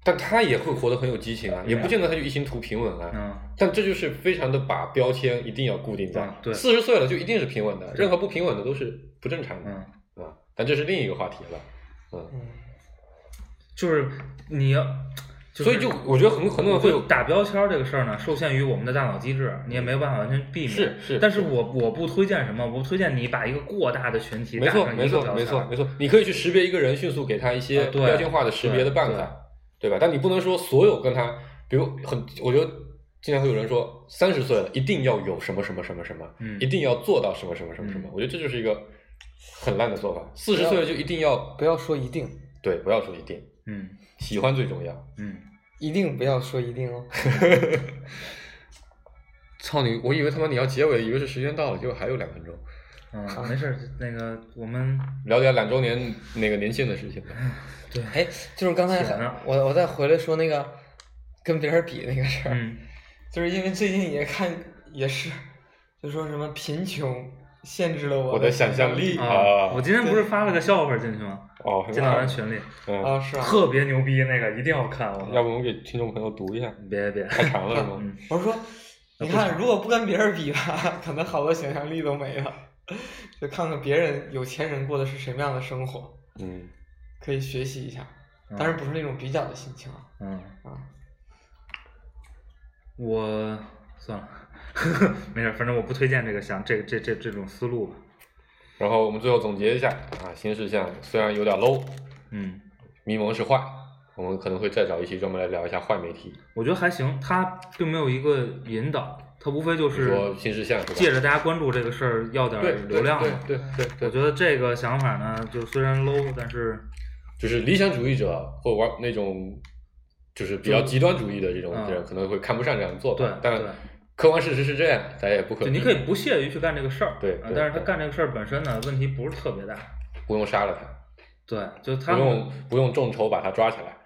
C: 但他也会活得很有激情啊，也不见得他就一心图平稳啊。
D: 嗯
C: 但这就是非常的把标签一定要固定在
D: 啊，对
C: 四十岁了就一定是平稳的，任何不平稳的都是不正常的
D: 嗯。
C: 啊。但这是另一个话题了，嗯。
E: 嗯，
D: 就是你要，是
C: 所以就我觉得很可能会有
D: 我打标签儿这个事儿呢，受限于我们的大脑机制，你也没有办法完全避免。
C: 是是
D: 但是我我不推荐什么，我不推荐你把一个过大的群体
C: 没
D: 打
C: 错，
D: 上
C: 没
D: 一个
C: 错，
D: 标签儿。
C: 没错，没错。你可以去识别一个人，迅速给他一些
D: 啊对
C: 标签化的识别的办
D: 对
C: 法，对吧？但你不能说所有跟他，比如很，我觉得经常会有人说，三十岁了一定要有什么什么什么什么，
D: 嗯
C: 一定要做到什么什么什么什么。
D: 嗯
C: 我觉得这就是一个很烂的做法。四十
E: 要
C: 岁了就一定要
E: 不要说一定，
C: 对，不要说一定，
D: 嗯
C: 喜欢最重要。
D: 嗯，
E: 一定不要说一定哦。
C: 操你！我以为他妈你要结尾，以为是时间到了，结果还有两分钟，
D: 啊，没事儿，那个我们
C: 聊点两周年那个年限的事情吧。
E: 哎，就是刚才
D: 显然
E: 我我再回来说那个，跟别人比那个事儿，
D: 嗯
E: 就是因为最近也看也是，就说什么贫穷限制了我
C: 我的想象力
D: 啊
C: 啊，
D: 我今天不是发了个笑话进去吗？
C: 哦，很
D: 进到咱群里，
C: 嗯，
E: 啊，是啊，
D: 特别牛逼，那个一定要看。我
C: 要
D: 靠
C: 不我们给听众朋友读一下，
D: 别别，
C: 太长了是吗？
D: 嗯，
E: 我是说，你看，如果不跟别人比吧，可能好多想象力都没了， 就看看别人有钱人过的是什么样的生活，
C: 嗯，
E: 可以学习一下，当然不是那种比较的心情啊，
D: 嗯，
E: 啊，
D: 我算了， 没事儿，反正我不推荐这个想这这这这种思路吧。
C: 然后我们最后总结一下啊，新事项虽然有点 low，
D: 嗯，
C: 迷蒙是坏，我们可能会再找一期专门来聊一下坏媒体，
D: 我觉得还行，它并没有一个引导，它无非就
C: 比如说
D: 是
C: 新事项是吧？
D: 借着大家关注这个事儿要点儿
C: 对
D: 流量
C: 对
D: 嘛。
C: 对对对
D: 我觉得这个想法呢，就虽然 low，但是
C: 就是理想主义者或玩那种就是比较极端主义的这种
D: 嗯
C: 人，可能会看不上这样的做法。
D: 对对
C: 但客观事实是这样，咱也不可
D: 就你可以不屑于去干这个事儿，
C: 对
D: 啊
C: 对
D: 但是他
C: 对
D: 干这个事儿本身呢，问题不是特别大，
C: 不用杀了他，
D: 对，就他
C: 不
D: 们，
C: 用不用众筹把他抓起来，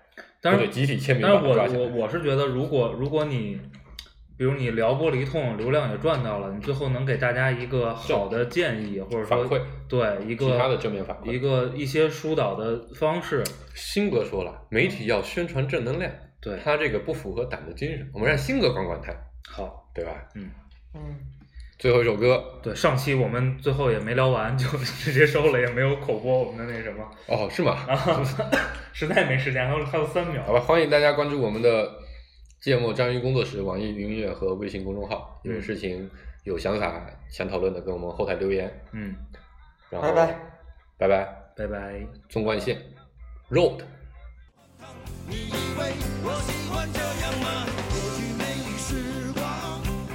D: 但
C: 或
D: 是
C: 者集体签名把
D: 但是
C: 他
D: 我
C: 抓起
D: 我
C: 来。
D: 我是觉得，如果如果你，比如你撩拨了一通，流量也赚到了，你最后能给大家一个好的建议，或者
C: 反
D: 说
C: 馈
D: 对一个
C: 其他的正面反馈
D: 一个一些疏导的方式，
C: 辛格说了，媒体要宣传正能量，
D: 对，
C: 他这个不符合党的精神，我们让辛格管管他，
D: 好，
C: 对吧？
D: 嗯，
E: 嗯，
C: 最后一首歌
D: 对，上期我们最后也没聊完，就 直接收了，也没有口播我们的那什么，
C: 哦，是吗？
D: 然后 实在没时间，还有还有三秒
C: 好，吧，欢迎大家关注我们的芥末章鱼工作室、网易云音乐和微信公众号。有
D: 嗯
C: 事情、有想法、想讨论的，跟我们后台留言。
D: 嗯，
C: 然后，
E: 拜拜，
C: 拜拜，
D: 拜拜。
C: 纵贯线，Road。
F: 你以为我喜欢这样吗？过去美丽时光，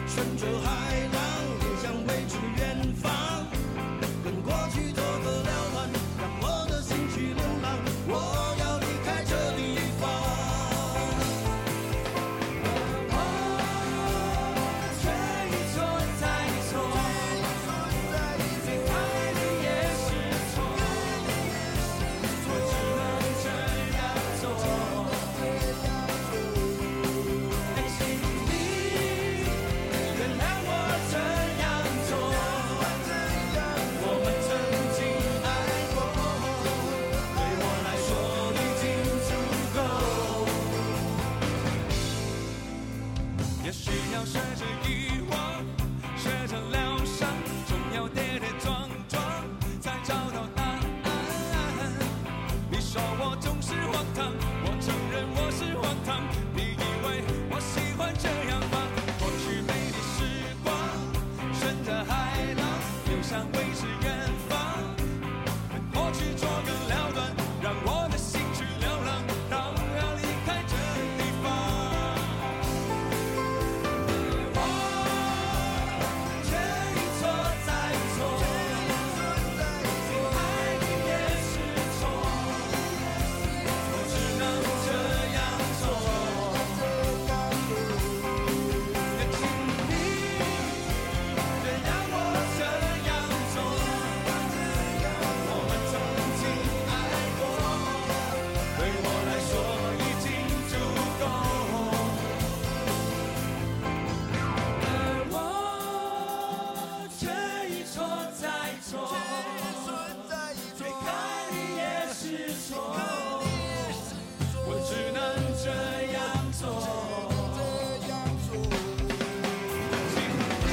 F: 顺着海浪流向未知远方，跟过去做个了断，让我的心去流浪。我要离开这地方。吹一吹，再一吹，最爱的也是错，我只能这样做。哎，请你原谅我这样做，我们曾经爱过，对我来说已经足够。也许要学着遗忘，学着疗伤，总要跌跌撞撞，才找到答案。你说我总是荒唐，我承认我是荒唐。你以为我喜欢这样吗？过去美丽时光，顺着海浪流向未知远方。过去做个了断，让我的心去流浪，当要离开这地方。我这一错再错，最爱的也是错。我只能这样做，也请你原谅我这样做。我们曾经爱过，对我来说已经足够。而我这一错再错，最爱你也是错。我只能这样做。请你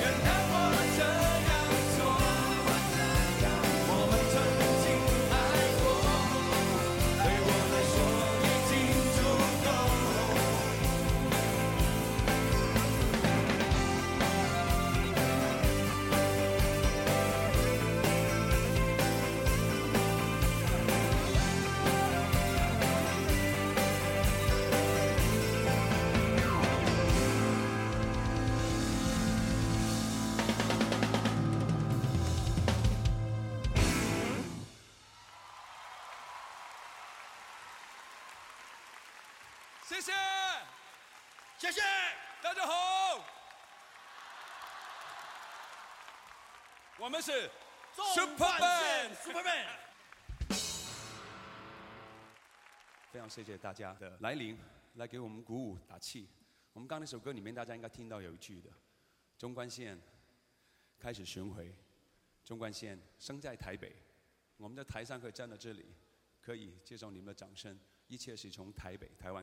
F: 原谅我这样做，我们曾经爱过，对我来说已经足够。谢谢，谢谢，大家好，我们是 Superman，Superman，非常谢谢大家的来临，来给我们鼓舞打气。我们刚那首歌里面，大家应该听到有一句的：“中关线开始巡回，中关线生在台北。”我们在台上可以站到这里，可以接受你们的掌声，一切是从台北、台湾。